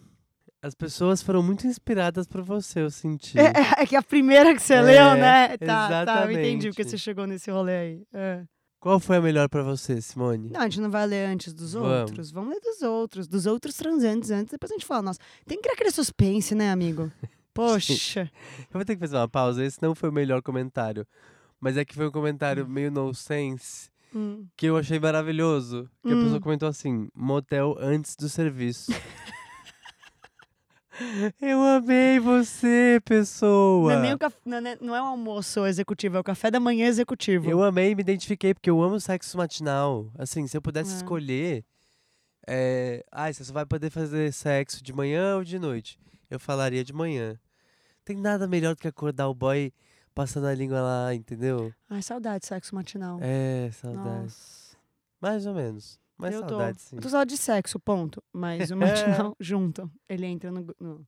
[SPEAKER 1] as pessoas foram muito inspiradas por você, eu senti.
[SPEAKER 2] É, é que a primeira que você
[SPEAKER 1] É,
[SPEAKER 2] leu, né? Tá, tá, eu entendi
[SPEAKER 1] exatamente.
[SPEAKER 2] porque você chegou nesse rolê aí. É.
[SPEAKER 1] Qual foi a melhor pra você, Simone?
[SPEAKER 2] Não, a gente não vai ler antes dos
[SPEAKER 1] Vamos.
[SPEAKER 2] outros. Vamos ler dos outros. Dos outros transantes antes, depois a gente fala. Nossa, tem que criar aquele suspense, né, amigo? Poxa.
[SPEAKER 1] Eu vou ter que fazer uma pausa, esse não foi o melhor comentário. Mas é que foi um comentário meio nonsense
[SPEAKER 2] Hum.
[SPEAKER 1] que eu achei maravilhoso. Que a
[SPEAKER 2] Hum.
[SPEAKER 1] pessoa comentou assim: motel antes do serviço. eu amei você,
[SPEAKER 2] Não,
[SPEAKER 1] pessoa!
[SPEAKER 2] é nem o caf- não é- não é o almoço executivo, é o café da manhã executivo.
[SPEAKER 1] Eu amei e me identifiquei, porque eu amo sexo matinal. Assim, se eu pudesse
[SPEAKER 2] É.
[SPEAKER 1] escolher. É, ai, você só vai poder fazer sexo de manhã ou de noite? Eu falaria de manhã. Tem nada melhor do que acordar o boy passando a língua lá, entendeu?
[SPEAKER 2] Ai, saudade de sexo matinal.
[SPEAKER 1] É, saudade.
[SPEAKER 2] Nossa.
[SPEAKER 1] Mais ou menos. Mas
[SPEAKER 2] eu
[SPEAKER 1] saudade,
[SPEAKER 2] tô.
[SPEAKER 1] sim. É.
[SPEAKER 2] Eu tô só de sexo, ponto. Mas o matinal junto. Ele entra no. no-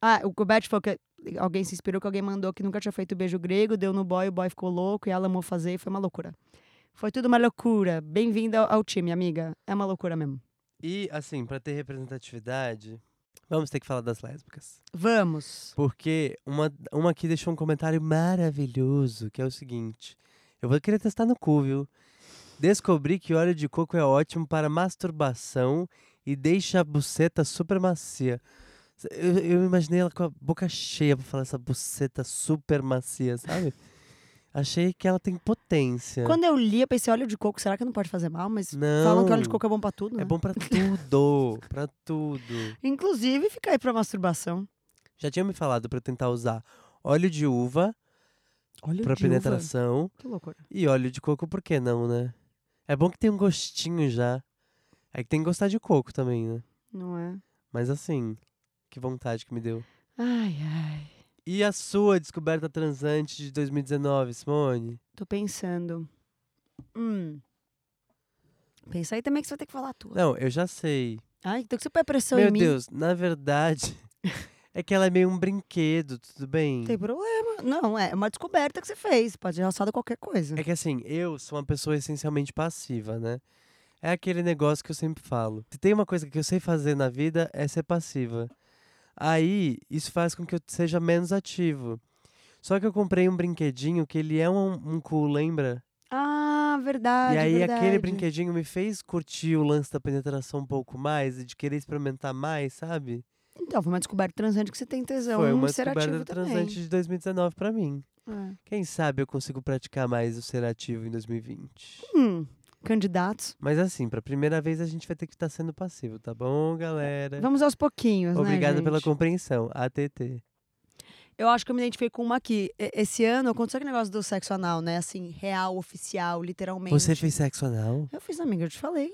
[SPEAKER 2] Ah, o Gobert falou que alguém se inspirou, que alguém mandou que nunca tinha feito beijo grego, deu no boy, o boy ficou louco e ela amou fazer e foi uma loucura. Foi tudo uma loucura. Bem-vinda ao- ao time, amiga. É uma loucura mesmo.
[SPEAKER 1] E, assim, pra ter representatividade, vamos ter que falar das lésbicas.
[SPEAKER 2] Vamos.
[SPEAKER 1] Porque uma, uma aqui deixou um comentário maravilhoso, que é o seguinte. Eu vou querer testar no cu, viu? Descobri que óleo de coco é ótimo para masturbação e deixa a buceta super macia. S- Eu, eu imaginei ela com a boca cheia pra falar essa buceta super macia, sabe? Achei que ela tem potência.
[SPEAKER 2] Quando eu li, eu pensei, óleo de coco, será que não pode fazer mal? Mas
[SPEAKER 1] É. Não.
[SPEAKER 2] falam que óleo de coco é bom pra tudo, né?
[SPEAKER 1] É bom pra tudo, pra tudo.
[SPEAKER 2] Inclusive, fica aí pra masturbação.
[SPEAKER 1] Já tinha me falado pra eu tentar usar óleo de uva
[SPEAKER 2] Óleo
[SPEAKER 1] pra
[SPEAKER 2] de uva.
[SPEAKER 1] penetração
[SPEAKER 2] Que loucura.
[SPEAKER 1] e óleo de coco, por que não, né? É bom que tem um gostinho já. É que tem que gostar de coco também, né?
[SPEAKER 2] Não é?
[SPEAKER 1] Mas assim, que vontade que me deu.
[SPEAKER 2] Ai, ai.
[SPEAKER 1] E a sua descoberta transante de 2019, Simone?
[SPEAKER 2] Tô pensando. Hum. Pensa aí também que você vai ter que falar a tua.
[SPEAKER 1] Não, eu já sei.
[SPEAKER 2] Ai, tô com super pressão
[SPEAKER 1] Meu
[SPEAKER 2] em mim.
[SPEAKER 1] Deus, na verdade, é que ela é meio um brinquedo, tudo bem?
[SPEAKER 2] Não tem problema. Não, é uma descoberta que você fez. Pode ser relacionada a qualquer coisa.
[SPEAKER 1] É que assim, eu sou uma pessoa essencialmente passiva, né? É aquele negócio que eu sempre falo. Se tem uma coisa que eu sei fazer na vida, é ser passiva. Aí, isso faz com que eu seja menos ativo. Só que eu comprei um brinquedinho que ele é um, um cu, lembra?
[SPEAKER 2] Ah, verdade.
[SPEAKER 1] e aí,
[SPEAKER 2] verdade.
[SPEAKER 1] aquele brinquedinho me fez curtir o lance da penetração um pouco mais e de querer experimentar mais, sabe?
[SPEAKER 2] Então, foi uma descoberta transante que você tem tesão.
[SPEAKER 1] Foi uma
[SPEAKER 2] em Então, um ser
[SPEAKER 1] descoberta
[SPEAKER 2] ativo também.
[SPEAKER 1] transante de 2019 pra mim.
[SPEAKER 2] É.
[SPEAKER 1] Quem sabe eu consigo praticar mais o ser ativo em 2020.
[SPEAKER 2] Hum, candidatos.
[SPEAKER 1] Mas assim, pra primeira vez a gente vai ter que estar sendo passivo, tá bom, galera?
[SPEAKER 2] É, Vamos aos pouquinhos,
[SPEAKER 1] Obrigado
[SPEAKER 2] né, gente?
[SPEAKER 1] pela compreensão, ATT.
[SPEAKER 2] Eu acho que eu me identifiquei com uma aqui. E- Esse ano aconteceu aquele negócio do sexo anal, né? Assim, real, oficial, literalmente.
[SPEAKER 1] Você fez sexo anal?
[SPEAKER 2] Eu fiz, amiga, eu te falei.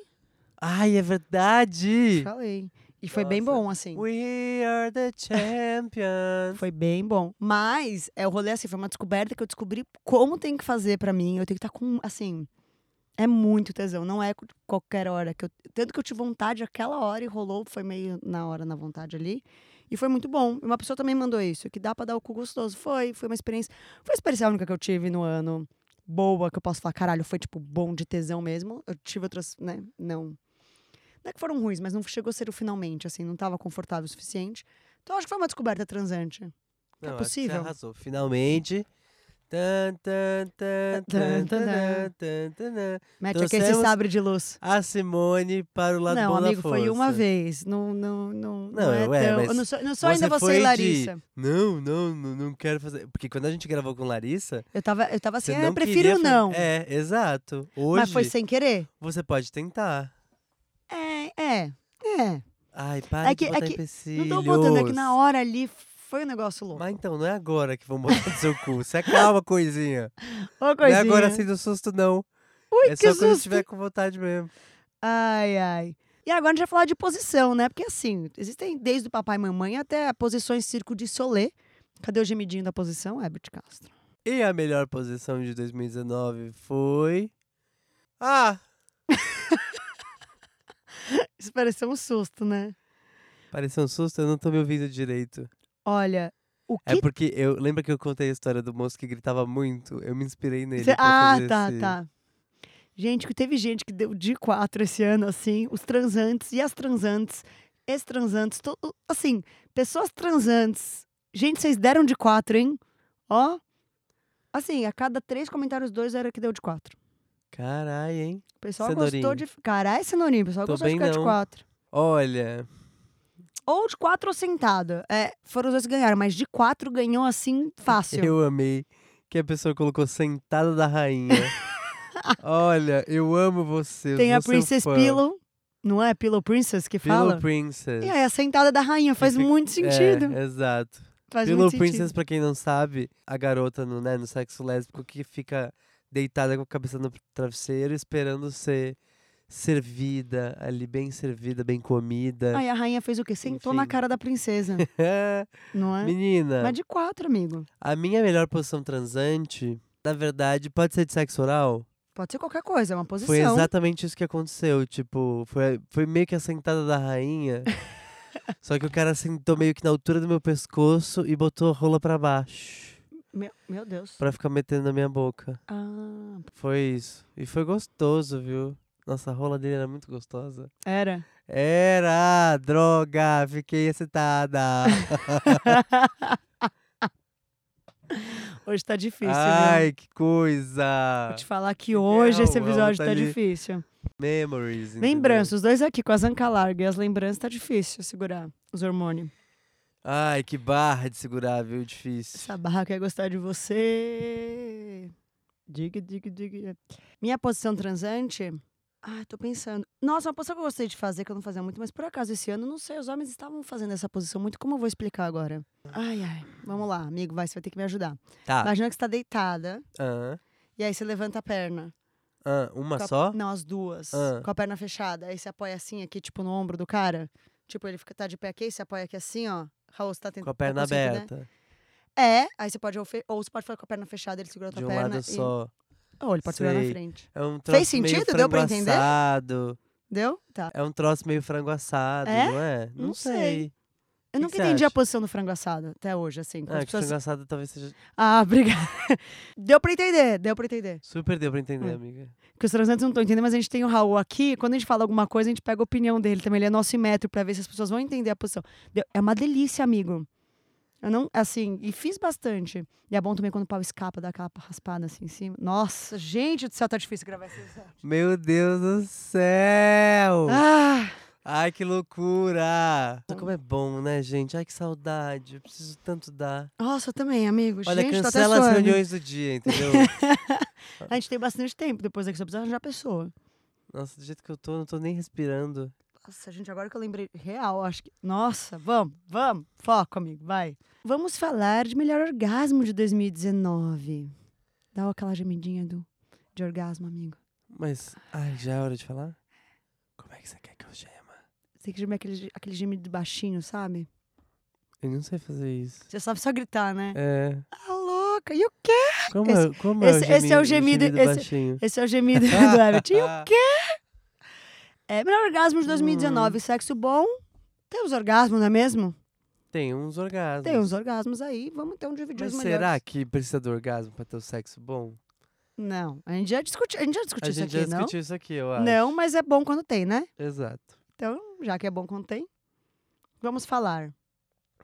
[SPEAKER 1] Ai, é
[SPEAKER 2] Te
[SPEAKER 1] verdade!
[SPEAKER 2] falei. E foi bem
[SPEAKER 1] Nossa.
[SPEAKER 2] bom, assim.
[SPEAKER 1] We are the champions!
[SPEAKER 2] Foi bem bom. Mas é o rolê assim, foi uma descoberta que eu descobri como tem que fazer pra mim. Eu tenho que estar com, assim, é muito tesão, não é qualquer hora que eu, tanto que eu tive vontade aquela hora e rolou, foi meio na hora na vontade ali. E foi muito bom. E Uma pessoa também mandou isso, que dá pra dar o cu gostoso. Foi, foi uma experiência, foi a experiência única que eu tive no ano. Boa, que eu posso falar, caralho, foi tipo bom de tesão mesmo. Eu tive outras, né? Não. Não é que foram ruins, mas não chegou a ser o finalmente, assim, não tava confortável o suficiente. Então acho que foi uma descoberta transante.
[SPEAKER 1] Não, acho que
[SPEAKER 2] É possível?
[SPEAKER 1] Você arrasou, finalmente. Tan, tan, tan, tan, tan, tan, tan, tan.
[SPEAKER 2] Mete aqui esse
[SPEAKER 1] Trouxemos-
[SPEAKER 2] sabre de luz.
[SPEAKER 1] A Simone para o lado
[SPEAKER 2] não,
[SPEAKER 1] bom
[SPEAKER 2] amigo,
[SPEAKER 1] da força.
[SPEAKER 2] foi uma vez. Não, não, não, não,
[SPEAKER 1] Não,
[SPEAKER 2] é
[SPEAKER 1] ué,
[SPEAKER 2] tão...
[SPEAKER 1] mas
[SPEAKER 2] eu não sou, não sou ainda
[SPEAKER 1] você
[SPEAKER 2] você
[SPEAKER 1] foi
[SPEAKER 2] e
[SPEAKER 1] de-
[SPEAKER 2] Larissa.
[SPEAKER 1] Não, não, não, não quero fazer. Porque quando a gente gravou com Larissa,
[SPEAKER 2] Eu, tava, eu tava assim,
[SPEAKER 1] você
[SPEAKER 2] ah,
[SPEAKER 1] não
[SPEAKER 2] eu prefiro
[SPEAKER 1] queria fa-
[SPEAKER 2] não.
[SPEAKER 1] É, exato. Hoje
[SPEAKER 2] mas foi sem querer.
[SPEAKER 1] você pode tentar.
[SPEAKER 2] É, é, é.
[SPEAKER 1] Ai, para
[SPEAKER 2] É
[SPEAKER 1] de
[SPEAKER 2] que- é
[SPEAKER 1] botar
[SPEAKER 2] que-
[SPEAKER 1] empecilhos.
[SPEAKER 2] Não tô botando aqui na hora ali, foi um negócio louco.
[SPEAKER 1] Mas então, não é agora que vão botar no seu cu. Se acalma, coisinha.
[SPEAKER 2] Ô,
[SPEAKER 1] Não é
[SPEAKER 2] coisinha.
[SPEAKER 1] agora assim do susto, não. Ui, é
[SPEAKER 2] que
[SPEAKER 1] só quando
[SPEAKER 2] susto.
[SPEAKER 1] estiver com vontade mesmo.
[SPEAKER 2] Ai, ai. E agora a gente vai falar de posição, né? Porque assim, existem desde o papai e mamãe até posições circo de solê. Cadê o gemidinho da posição, Herbert Castro?
[SPEAKER 1] E a melhor posição de 2019 foi. Ah!
[SPEAKER 2] Isso pareceu um susto, né?
[SPEAKER 1] Pareceu um susto, eu não tô me ouvindo direito.
[SPEAKER 2] Olha, o que
[SPEAKER 1] É porque eu. Lembra que eu contei a história do moço que gritava muito? Eu me inspirei nele.
[SPEAKER 2] Cê-
[SPEAKER 1] pra
[SPEAKER 2] ah,
[SPEAKER 1] fazer
[SPEAKER 2] tá,
[SPEAKER 1] esse-
[SPEAKER 2] tá. Gente, que teve gente que deu de quatro esse ano, assim, os transantes e as transantes, ex-transantes, to- assim, pessoas transantes. Gente, vocês deram de quatro, hein? Ó. Assim, a cada três comentários, dois era que deu de quatro.
[SPEAKER 1] Caralho, hein?
[SPEAKER 2] O pessoal
[SPEAKER 1] Cenourinho.
[SPEAKER 2] gostou de. Caralho, cenourinho, o pessoal
[SPEAKER 1] Tô
[SPEAKER 2] gostou de
[SPEAKER 1] bem,
[SPEAKER 2] ficar de
[SPEAKER 1] não.
[SPEAKER 2] quatro.
[SPEAKER 1] Olha.
[SPEAKER 2] Ou de quatro ou sentada. É, foram os dois que ganharam, mas de quatro ganhou assim, fácil.
[SPEAKER 1] Eu amei que a pessoa colocou sentada da rainha. Olha, eu amo você. eu
[SPEAKER 2] Tem a
[SPEAKER 1] sou seu
[SPEAKER 2] Princess
[SPEAKER 1] fã.
[SPEAKER 2] Pillow, não é? Pillow Princess que fala?
[SPEAKER 1] Pillow Princess.
[SPEAKER 2] E aí, a sentada da rainha faz
[SPEAKER 1] Fica-
[SPEAKER 2] muito sentido.
[SPEAKER 1] É, exato.
[SPEAKER 2] faz
[SPEAKER 1] Pillow
[SPEAKER 2] muito
[SPEAKER 1] Princess,
[SPEAKER 2] sentido.
[SPEAKER 1] pra quem não sabe, a garota no, né, no sexo lésbico que fica deitada com a cabeça no travesseiro esperando ser servida ali, bem servida, bem comida.
[SPEAKER 2] Aí a rainha fez o quê? Sentou na
[SPEAKER 1] Enfim.
[SPEAKER 2] cara da princesa, não é?
[SPEAKER 1] Menina,
[SPEAKER 2] Mas de quatro, amigo.
[SPEAKER 1] a minha melhor posição transante, na verdade, pode ser de sexo oral?
[SPEAKER 2] Pode ser qualquer coisa, é uma posição.
[SPEAKER 1] Foi exatamente isso que aconteceu. Tipo, foi, foi meio que a sentada da rainha. só que o cara sentou meio que na altura do meu pescoço e botou a rola pra baixo.
[SPEAKER 2] Meu, meu Deus.
[SPEAKER 1] Pra ficar metendo na minha boca.
[SPEAKER 2] Ah,
[SPEAKER 1] Foi isso. E foi gostoso, viu? Nossa, a rola dele era muito gostosa.
[SPEAKER 2] Era.
[SPEAKER 1] Era, droga, fiquei excitada.
[SPEAKER 2] Hoje tá difícil, viu? É
[SPEAKER 1] Ai, que coisa.
[SPEAKER 2] Vou te falar que hoje
[SPEAKER 1] real,
[SPEAKER 2] esse episódio
[SPEAKER 1] ela
[SPEAKER 2] tá
[SPEAKER 1] tá ali-
[SPEAKER 2] difícil.
[SPEAKER 1] Memories. entendeu?
[SPEAKER 2] Lembranças, os dois aqui com a zanca larga e as lembranças tá difícil segurar os hormônios.
[SPEAKER 1] Ai, que barra de segurar, viu? Difícil.
[SPEAKER 2] Essa barra quer gostar de você. Diga, diga, diga. Minha posição transante. Ah, tô pensando. Nossa, uma posição que eu gostei de fazer, que eu não fazia muito, mas por acaso esse ano, não sei, os homens estavam fazendo essa posição muito. Como eu vou explicar agora? Ai, ai. Vamos lá, amigo, vai, você vai ter que me ajudar.
[SPEAKER 1] Tá.
[SPEAKER 2] Imagina que você tá deitada
[SPEAKER 1] Ah,
[SPEAKER 2] e aí você levanta a perna.
[SPEAKER 1] ah, uma
[SPEAKER 2] Com a-
[SPEAKER 1] só?
[SPEAKER 2] Não, as duas.
[SPEAKER 1] Ah.
[SPEAKER 2] Com a perna fechada. Aí você apoia assim aqui, tipo, no ombro do cara. Tipo, ele fica, tá de pé aqui, você apoia aqui assim, ó. Raul, você tá tentando.
[SPEAKER 1] Com a perna aberta.
[SPEAKER 2] É, aí você pode. ou fe- Ou você pode ficar com a perna fechada, ele segura a tua
[SPEAKER 1] De um
[SPEAKER 2] perna.
[SPEAKER 1] lado
[SPEAKER 2] e-
[SPEAKER 1] só.
[SPEAKER 2] Ou ele pode segurar na
[SPEAKER 1] Sei.
[SPEAKER 2] frente.
[SPEAKER 1] É um troço
[SPEAKER 2] Fez
[SPEAKER 1] meio
[SPEAKER 2] sentido? Deu pra
[SPEAKER 1] frango
[SPEAKER 2] entender?
[SPEAKER 1] assado.
[SPEAKER 2] Deu? Tá.
[SPEAKER 1] É um troço meio frango assado,
[SPEAKER 2] É?
[SPEAKER 1] não é?
[SPEAKER 2] Não sei. Eu
[SPEAKER 1] que
[SPEAKER 2] nunca
[SPEAKER 1] que você
[SPEAKER 2] entendi a
[SPEAKER 1] acha?
[SPEAKER 2] posição do frango assado até hoje, assim. quando
[SPEAKER 1] Ah,
[SPEAKER 2] as
[SPEAKER 1] que
[SPEAKER 2] pessoas-
[SPEAKER 1] frango assado talvez seja...
[SPEAKER 2] Ah, obrigada. deu pra entender, deu pra entender.
[SPEAKER 1] Super deu pra entender,
[SPEAKER 2] Hum.
[SPEAKER 1] amiga.
[SPEAKER 2] Porque os transantes não estão entendendo, mas a gente tem o Raul aqui. Quando a gente fala alguma coisa, a gente pega a opinião dele também. Ele é nosso metro pra ver se as pessoas vão entender a posição. Deu- É uma delícia, amigo. Eu não, assim, e fiz bastante. E é bom também quando o pau escapa, dá aquela raspada assim em cima. Nossa, gente do céu, tá difícil gravar esse episódio.
[SPEAKER 1] Meu Deus do céu!
[SPEAKER 2] Ah, Hum.
[SPEAKER 1] Ai, que loucura! Como é bom, né, gente? Ai, que saudade. Eu preciso tanto dar.
[SPEAKER 2] nossa, eu também, amigo.
[SPEAKER 1] Olha,
[SPEAKER 2] gente, tô até
[SPEAKER 1] cancela as
[SPEAKER 2] suando.
[SPEAKER 1] reuniões do dia, entendeu?
[SPEAKER 2] A gente tem bastante tempo depois daqui, só precisa arranjar pessoa.
[SPEAKER 1] Nossa, do jeito que eu tô, não tô nem respirando.
[SPEAKER 2] Nossa, gente, agora que eu lembrei, real, acho que. Nossa, vamos, vamos, foco, amigo, vai. Vamos falar de melhor orgasmo de 2019. Dá aquela gemidinha do, de orgasmo, amigo.
[SPEAKER 1] Mas, ai, já é hora de falar? Como é que você quer que eu gema?
[SPEAKER 2] Tem que gemer aquele, ge- aquele gemido baixinho, sabe?
[SPEAKER 1] Eu não sei fazer isso.
[SPEAKER 2] Você sabe só gritar, né?
[SPEAKER 1] É.
[SPEAKER 2] Ah, louca, e o quê?
[SPEAKER 1] Como,
[SPEAKER 2] Esse-
[SPEAKER 1] é, como
[SPEAKER 2] esse-
[SPEAKER 1] é o gemido?
[SPEAKER 2] esse é o gemido- esse-
[SPEAKER 1] baixinho.
[SPEAKER 2] Esse é o gemido do Everett. E o
[SPEAKER 1] Ah,
[SPEAKER 2] É, melhor orgasmo de 2019,
[SPEAKER 1] Hum.
[SPEAKER 2] sexo bom. Tem os orgasmos, não é mesmo?
[SPEAKER 1] Tem uns orgasmos.
[SPEAKER 2] Tem uns orgasmos aí, vamos então dividir
[SPEAKER 1] Mas
[SPEAKER 2] os melhores.
[SPEAKER 1] será que precisa do orgasmo pra ter o sexo bom?
[SPEAKER 2] Não, a gente já discutiu, a gente já discutiu
[SPEAKER 1] A
[SPEAKER 2] isso
[SPEAKER 1] gente
[SPEAKER 2] aqui,
[SPEAKER 1] já
[SPEAKER 2] não?
[SPEAKER 1] discutiu isso aqui, eu acho.
[SPEAKER 2] Não, mas é bom quando tem, né?
[SPEAKER 1] Exato.
[SPEAKER 2] Então, já que é bom quando tem, vamos falar.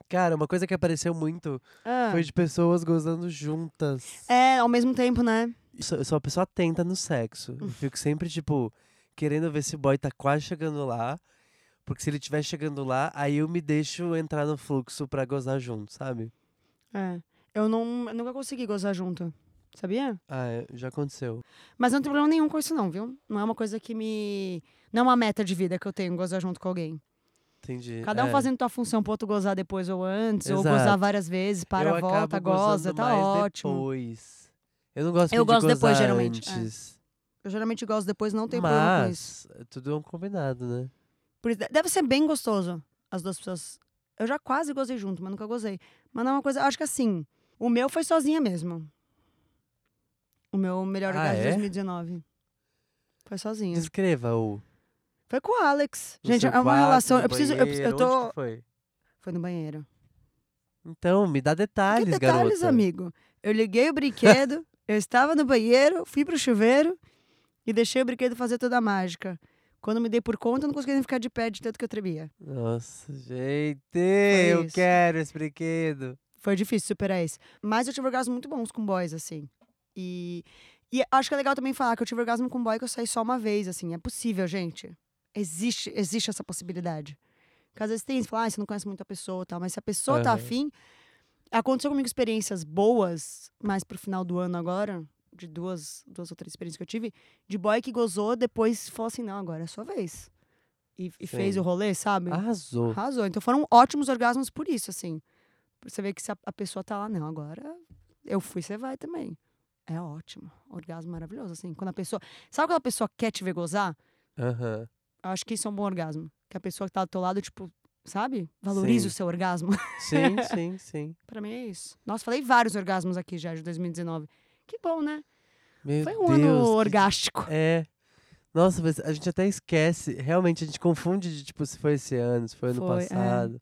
[SPEAKER 1] Cara, uma coisa que apareceu muito
[SPEAKER 2] Ah,
[SPEAKER 1] foi de pessoas gozando juntas.
[SPEAKER 2] É, ao mesmo tempo, né?
[SPEAKER 1] Eu sou, eu sou uma pessoa atenta no sexo. Eu fico sempre, tipo, querendo ver se o boy tá quase chegando lá. Porque se ele estiver chegando lá, aí eu me deixo entrar no fluxo pra gozar junto, sabe?
[SPEAKER 2] É. Eu, não, eu nunca consegui gozar junto, sabia?
[SPEAKER 1] Ah, é, já aconteceu.
[SPEAKER 2] Mas não tem problema nenhum com isso, não, viu? Não é uma coisa que me. Não é uma meta de vida que eu tenho, gozar junto com alguém.
[SPEAKER 1] Entendi.
[SPEAKER 2] Cada um
[SPEAKER 1] é.
[SPEAKER 2] fazendo tua função pro outro gozar depois ou antes, ou gozar
[SPEAKER 1] Exato.
[SPEAKER 2] várias vezes, para,
[SPEAKER 1] eu
[SPEAKER 2] volta,
[SPEAKER 1] acabo gozando
[SPEAKER 2] goza, tá
[SPEAKER 1] mais
[SPEAKER 2] ótimo.
[SPEAKER 1] Depois. Eu não gosto
[SPEAKER 2] Eu
[SPEAKER 1] muito
[SPEAKER 2] gosto
[SPEAKER 1] de
[SPEAKER 2] depois,
[SPEAKER 1] gozar
[SPEAKER 2] geralmente, é.
[SPEAKER 1] antes.
[SPEAKER 2] Eu geralmente gozo depois, não tem problema com isso.
[SPEAKER 1] Mas tudo é um combinado, né?
[SPEAKER 2] Por isso, deve ser bem gostoso as duas pessoas. Eu já quase gozei junto, mas nunca gozei. Mas não é uma coisa. Acho que assim, o meu foi sozinha mesmo. O meu melhor
[SPEAKER 1] Ah,
[SPEAKER 2] orgasmo de
[SPEAKER 1] é?
[SPEAKER 2] 2019. Foi sozinha.
[SPEAKER 1] Descreva o.
[SPEAKER 2] Foi com o Alex.
[SPEAKER 1] no
[SPEAKER 2] Gente,
[SPEAKER 1] seu
[SPEAKER 2] é uma
[SPEAKER 1] quarto,
[SPEAKER 2] relação.
[SPEAKER 1] no
[SPEAKER 2] Eu preciso. Eu, preciso- eu
[SPEAKER 1] banheiro, onde
[SPEAKER 2] tô.
[SPEAKER 1] que foi?
[SPEAKER 2] Foi no banheiro.
[SPEAKER 1] Então, me dá detalhes,
[SPEAKER 2] que detalhes,
[SPEAKER 1] garota.
[SPEAKER 2] amigo? Eu liguei o brinquedo, eu estava no banheiro, fui pro chuveiro e deixei o brinquedo fazer toda a mágica. Quando me dei por conta, eu não consegui nem ficar de pé de tanto que eu tremia.
[SPEAKER 1] Nossa, gente, eu
[SPEAKER 2] isso.
[SPEAKER 1] quero esse brinquedo.
[SPEAKER 2] Foi difícil superar esse. Mas eu tive orgasmos muito bons com boys, assim. E, e acho que é legal também falar que eu tive orgasmo com boy que eu saí só uma vez, assim. É possível, gente. Existe, existe essa possibilidade. Porque às vezes tem, você fala, ah, você não conhece muito a pessoa e tal. Mas se a pessoa tá
[SPEAKER 1] Aham.
[SPEAKER 2] afim. Aconteceu comigo experiências boas, mas pro final do ano agora, de duas, duas ou três experiências que eu tive, de boy que gozou, depois falou assim: não, agora é a sua vez. E, e fez
[SPEAKER 1] Sim.
[SPEAKER 2] o rolê, sabe?
[SPEAKER 1] Arrasou.
[SPEAKER 2] Arrasou. Então foram ótimos orgasmos por isso, assim. Pra Você vê que se a, a pessoa tá lá, não, agora eu fui, você vai também. É ótimo. Orgasmo maravilhoso, assim. Quando a pessoa. Sabe quando a pessoa quer te ver gozar?
[SPEAKER 1] Aham.
[SPEAKER 2] Eu acho que isso é um bom orgasmo. Que a pessoa que tá do teu lado, tipo, sabe? Valoriza o
[SPEAKER 1] Sim.
[SPEAKER 2] seu orgasmo.
[SPEAKER 1] Sim, sim, sim.
[SPEAKER 2] pra mim é isso. Nossa, falei vários orgasmos aqui já de 2019. Que bom, né?
[SPEAKER 1] Meu
[SPEAKER 2] Foi um
[SPEAKER 1] Deus.
[SPEAKER 2] ano
[SPEAKER 1] que-
[SPEAKER 2] orgástico.
[SPEAKER 1] É. Nossa, mas a gente até esquece. Realmente, a gente confunde de, tipo, se foi esse ano, se foi ano
[SPEAKER 2] Foi, é.
[SPEAKER 1] passado.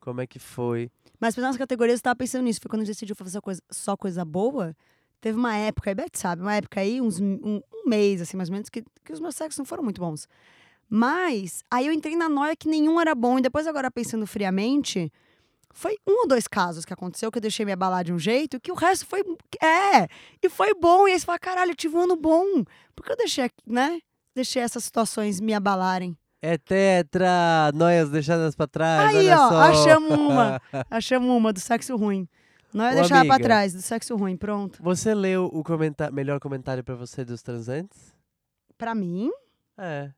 [SPEAKER 1] Como é que foi?
[SPEAKER 2] Mas nas categorias eu tava pensando nisso. Foi quando a gente decidiu fazer coisa, só coisa boa. Teve uma época, a Beth sabe, uma época aí, uns, um, um mês, assim, mais ou menos, que, que os meus sexos não foram muito bons. Mas aí eu entrei na noia que nenhum era bom. E depois, agora pensando friamente, foi um ou dois casos que aconteceu que eu deixei me abalar de um jeito, que o resto foi. É! E foi bom. E aí você fala, caralho, eu tive um ano bom. Por que eu deixei, né? Deixei essas situações me abalarem.
[SPEAKER 1] É tetra, noias deixadas pra trás,
[SPEAKER 2] Aí,
[SPEAKER 1] olha
[SPEAKER 2] ó,
[SPEAKER 1] só.
[SPEAKER 2] achamos uma. Achamos uma do sexo ruim. Não
[SPEAKER 1] Ô,
[SPEAKER 2] ia deixar pra
[SPEAKER 1] amiga.
[SPEAKER 2] trás, do sexo ruim, pronto.
[SPEAKER 1] Você leu o comenta melhor comentário pra você dos transantes?
[SPEAKER 2] Pra mim,
[SPEAKER 1] É.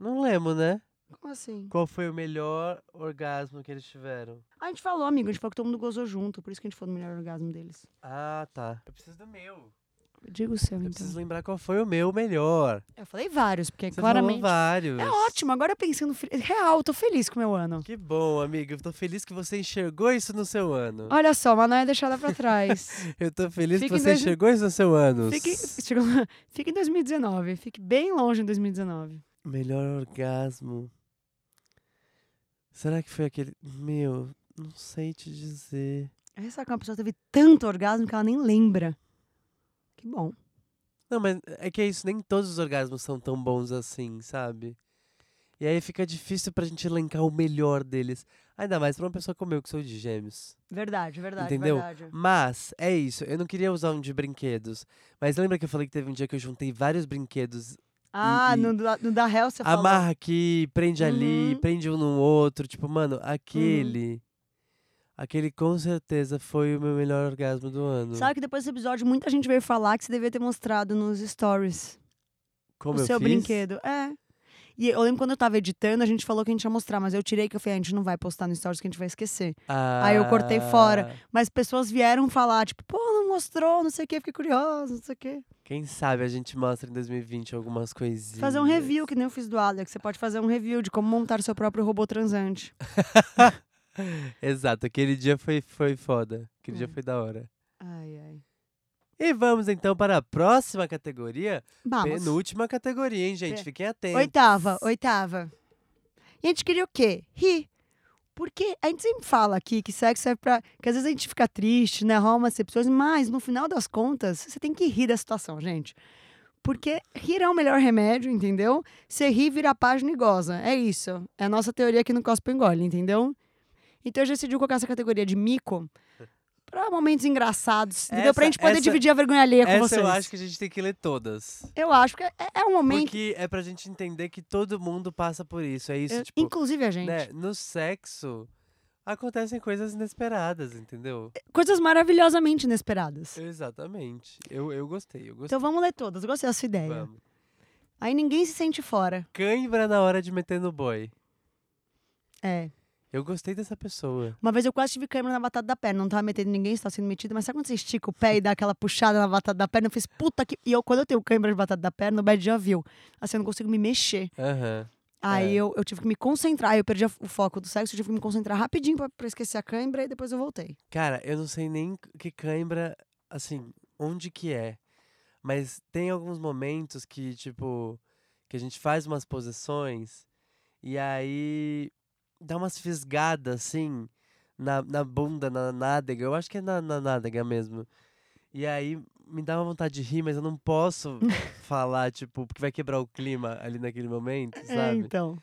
[SPEAKER 1] Não lembro, né?
[SPEAKER 2] como assim?
[SPEAKER 1] Qual foi o melhor orgasmo que eles tiveram?
[SPEAKER 2] A gente falou, amigo, a gente falou que todo mundo gozou junto, por isso que a gente falou do melhor orgasmo deles.
[SPEAKER 1] Ah, tá. Eu preciso do meu.
[SPEAKER 2] Diga o seu,
[SPEAKER 1] Eu
[SPEAKER 2] então.
[SPEAKER 1] preciso lembrar qual foi o meu melhor.
[SPEAKER 2] Eu falei vários, porque
[SPEAKER 1] Você falou
[SPEAKER 2] claramente.
[SPEAKER 1] vários.
[SPEAKER 2] É ótimo, agora pensando. fri- Real, tô feliz com o meu ano.
[SPEAKER 1] Que bom, amiga. Eu tô feliz que você enxergou isso no seu ano.
[SPEAKER 2] Olha só, mas não é deixada pra trás.
[SPEAKER 1] Eu tô feliz
[SPEAKER 2] Fica
[SPEAKER 1] que
[SPEAKER 2] em
[SPEAKER 1] você
[SPEAKER 2] dois-
[SPEAKER 1] enxergou isso no seu ano.
[SPEAKER 2] fique, chegou- fique em 2019, fique bem longe em 2019.
[SPEAKER 1] Melhor orgasmo. Será que foi aquele. Meu, não sei te dizer.
[SPEAKER 2] Essa que uma pessoa teve tanto orgasmo que ela nem lembra. Que bom.
[SPEAKER 1] Não, mas é que é isso, nem todos os orgasmos são tão bons assim, sabe? E aí fica difícil pra gente elencar o melhor deles. Ainda mais pra uma pessoa como eu, que sou de gêmeos.
[SPEAKER 2] Verdade, verdade,
[SPEAKER 1] Entendeu?
[SPEAKER 2] verdade.
[SPEAKER 1] Mas, é isso, eu não queria usar um de brinquedos. Mas lembra que eu falei que teve um dia que eu juntei vários brinquedos?
[SPEAKER 2] Ah,
[SPEAKER 1] E-
[SPEAKER 2] no, da- no da Hell você falou.
[SPEAKER 1] amarra aqui, prende ali,
[SPEAKER 2] Tá Uhum.
[SPEAKER 1] prende um no outro. Tipo, mano, aquele. Aquele com certeza foi o meu melhor orgasmo do ano.
[SPEAKER 2] Sabe que depois desse episódio muita gente veio falar que você devia ter mostrado nos stories
[SPEAKER 1] Como
[SPEAKER 2] o
[SPEAKER 1] eu
[SPEAKER 2] seu
[SPEAKER 1] fiz?
[SPEAKER 2] brinquedo. É. E eu lembro quando eu tava editando, a gente falou que a gente ia mostrar, mas eu tirei que eu falei, "Ah, a gente não vai postar no stories que a gente vai esquecer. Aí eu cortei fora.
[SPEAKER 1] Ah,
[SPEAKER 2] Mas pessoas vieram falar, tipo, pô, não mostrou, não sei o quê, fiquei curiosa, não sei o quê.
[SPEAKER 1] Quem sabe a gente mostra em 2020 algumas coisinhas.
[SPEAKER 2] Fazer um
[SPEAKER 1] é
[SPEAKER 2] review, que nem eu fiz do Alex. Você pode fazer um review de como montar seu próprio robô transante.
[SPEAKER 1] Exato, aquele dia foi, foi foda. Aquele dia
[SPEAKER 2] É.
[SPEAKER 1] foi da hora.
[SPEAKER 2] Ai, ai.
[SPEAKER 1] E vamos então para a próxima categoria.
[SPEAKER 2] Vamos.
[SPEAKER 1] Penúltima categoria, hein, gente?
[SPEAKER 2] Pe-
[SPEAKER 1] Fiquem atentos.
[SPEAKER 2] Oitava, oitava. E a gente queria o quê? Rir. Porque a gente sempre fala aqui que sexo serve pra. que às vezes a gente fica triste, né? Rola umas decepções, mas no final das contas, você tem que rir da situação, gente. Porque rir é o melhor remédio, entendeu? Você ri, vira a página e goza. É isso. É a nossa teoria aqui no Cospo Engole, entendeu? Então a gente decidiu colocar essa categoria de mico pra momentos engraçados. Entendeu? pra
[SPEAKER 1] Essa-
[SPEAKER 2] gente poder
[SPEAKER 1] essa-
[SPEAKER 2] dividir a vergonha alheia com
[SPEAKER 1] Essa
[SPEAKER 2] vocês.
[SPEAKER 1] eu acho que a gente tem que ler todas.
[SPEAKER 2] Eu acho que é, é um momento.
[SPEAKER 1] Porque é pra gente entender que todo mundo passa por isso. É isso,
[SPEAKER 2] é,
[SPEAKER 1] tipo,
[SPEAKER 2] inclusive a gente.
[SPEAKER 1] né, no sexo acontecem coisas inesperadas, entendeu?
[SPEAKER 2] coisas maravilhosamente inesperadas.
[SPEAKER 1] Exatamente. Eu, eu gostei, eu gostei.
[SPEAKER 2] Então vamos ler todas, eu gostei dessa ideia.
[SPEAKER 1] Vamos.
[SPEAKER 2] Aí ninguém se sente fora.
[SPEAKER 1] Cãibra na hora de meter no boi.
[SPEAKER 2] É.
[SPEAKER 1] Eu gostei dessa pessoa.
[SPEAKER 2] Uma vez eu quase tive câmera na batata da perna. Não tava metendo ninguém, estava sendo metido. Mas sabe quando você estica o pé e dá aquela puxada na batata da perna? Eu fiz puta que. E eu, quando eu tenho câmera de batata da perna, o Bad já viu. Assim, eu não consigo me mexer.
[SPEAKER 1] Aham.
[SPEAKER 2] Aí
[SPEAKER 1] É.
[SPEAKER 2] eu, eu tive que me concentrar. Aí eu perdi a- o foco do sexo, eu tive que me concentrar rapidinho pra, pra esquecer a câmera e depois eu voltei.
[SPEAKER 1] Cara, eu não sei nem que cãibra, assim, onde que é. Mas tem alguns momentos que, tipo, que a gente faz umas posições e aí dá umas fisgadas, assim, na, na bunda, na nádega. Eu acho que é na, na nádega mesmo. E aí me dá uma vontade de rir, mas eu não posso falar, tipo, porque vai quebrar o clima ali naquele momento,
[SPEAKER 2] É,
[SPEAKER 1] sabe?
[SPEAKER 2] então.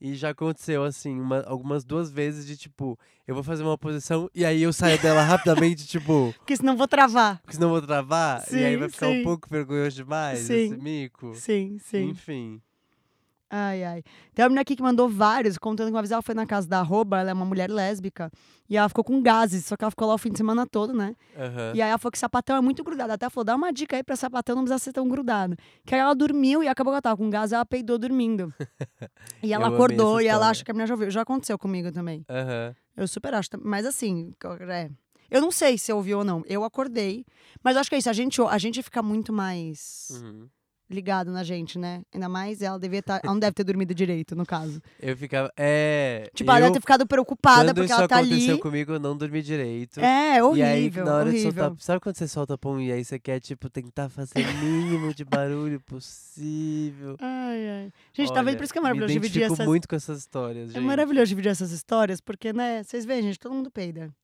[SPEAKER 1] E já aconteceu, assim, uma- algumas duas vezes de tipo, eu vou fazer uma posição e aí eu saio dela rapidamente, tipo,
[SPEAKER 2] Porque senão eu vou travar.
[SPEAKER 1] porque senão eu vou travar. e aí vai
[SPEAKER 2] Sim,
[SPEAKER 1] ficar um
[SPEAKER 2] sim.
[SPEAKER 1] pouco vergonhoso demais esse
[SPEAKER 2] Sim.
[SPEAKER 1] mico.
[SPEAKER 2] Sim, sim.
[SPEAKER 1] Enfim.
[SPEAKER 2] Ai, ai. Tem uma menina aqui que mandou vários, contando que uma vez ela foi na casa da arroba, ela é uma mulher lésbica, e ela ficou com gases, só que ela ficou lá o fim de semana todo, né?
[SPEAKER 1] Aham.
[SPEAKER 2] E aí ela falou que sapatão é muito grudado. Até falou, dá uma dica aí pra sapatão não precisar ser tão grudado. Que aí ela dormiu e acabou que ela tava com gases, ela peidou dormindo. E ela
[SPEAKER 1] Eu amei
[SPEAKER 2] acordou
[SPEAKER 1] essa
[SPEAKER 2] e ela
[SPEAKER 1] história.
[SPEAKER 2] acha que a menina já ouviu. Já aconteceu comigo também.
[SPEAKER 1] Aham.
[SPEAKER 2] Eu super acho. tam- Mas assim, é. Eu não sei se ouviu ou não. Eu acordei. Mas eu acho que é isso. A gente, a gente fica muito mais
[SPEAKER 1] Uhum.
[SPEAKER 2] ligado na gente, né? Ainda mais ela devia estar. Ela não deve ter dormido direito, no caso.
[SPEAKER 1] Eu ficava. É.
[SPEAKER 2] Tipo, ela
[SPEAKER 1] eu,
[SPEAKER 2] deve ter ficado preocupada
[SPEAKER 1] quando
[SPEAKER 2] porque
[SPEAKER 1] isso
[SPEAKER 2] ela tá
[SPEAKER 1] aconteceu
[SPEAKER 2] ali.
[SPEAKER 1] comigo, eu não dormi direito.
[SPEAKER 2] É, horrível.
[SPEAKER 1] e aí, na hora
[SPEAKER 2] horrível.
[SPEAKER 1] de soltar. Sabe quando você solta pum e aí você quer, tipo, tentar fazer o mínimo de barulho possível?
[SPEAKER 2] Ai, ai. Gente, tá vendo
[SPEAKER 1] Olha,
[SPEAKER 2] por isso que é
[SPEAKER 1] me
[SPEAKER 2] maravilhoso dividir
[SPEAKER 1] identifico
[SPEAKER 2] essas.
[SPEAKER 1] muito com essas histórias, gente.
[SPEAKER 2] É maravilhoso dividir essas histórias, porque, né, vocês veem, gente, todo mundo peida.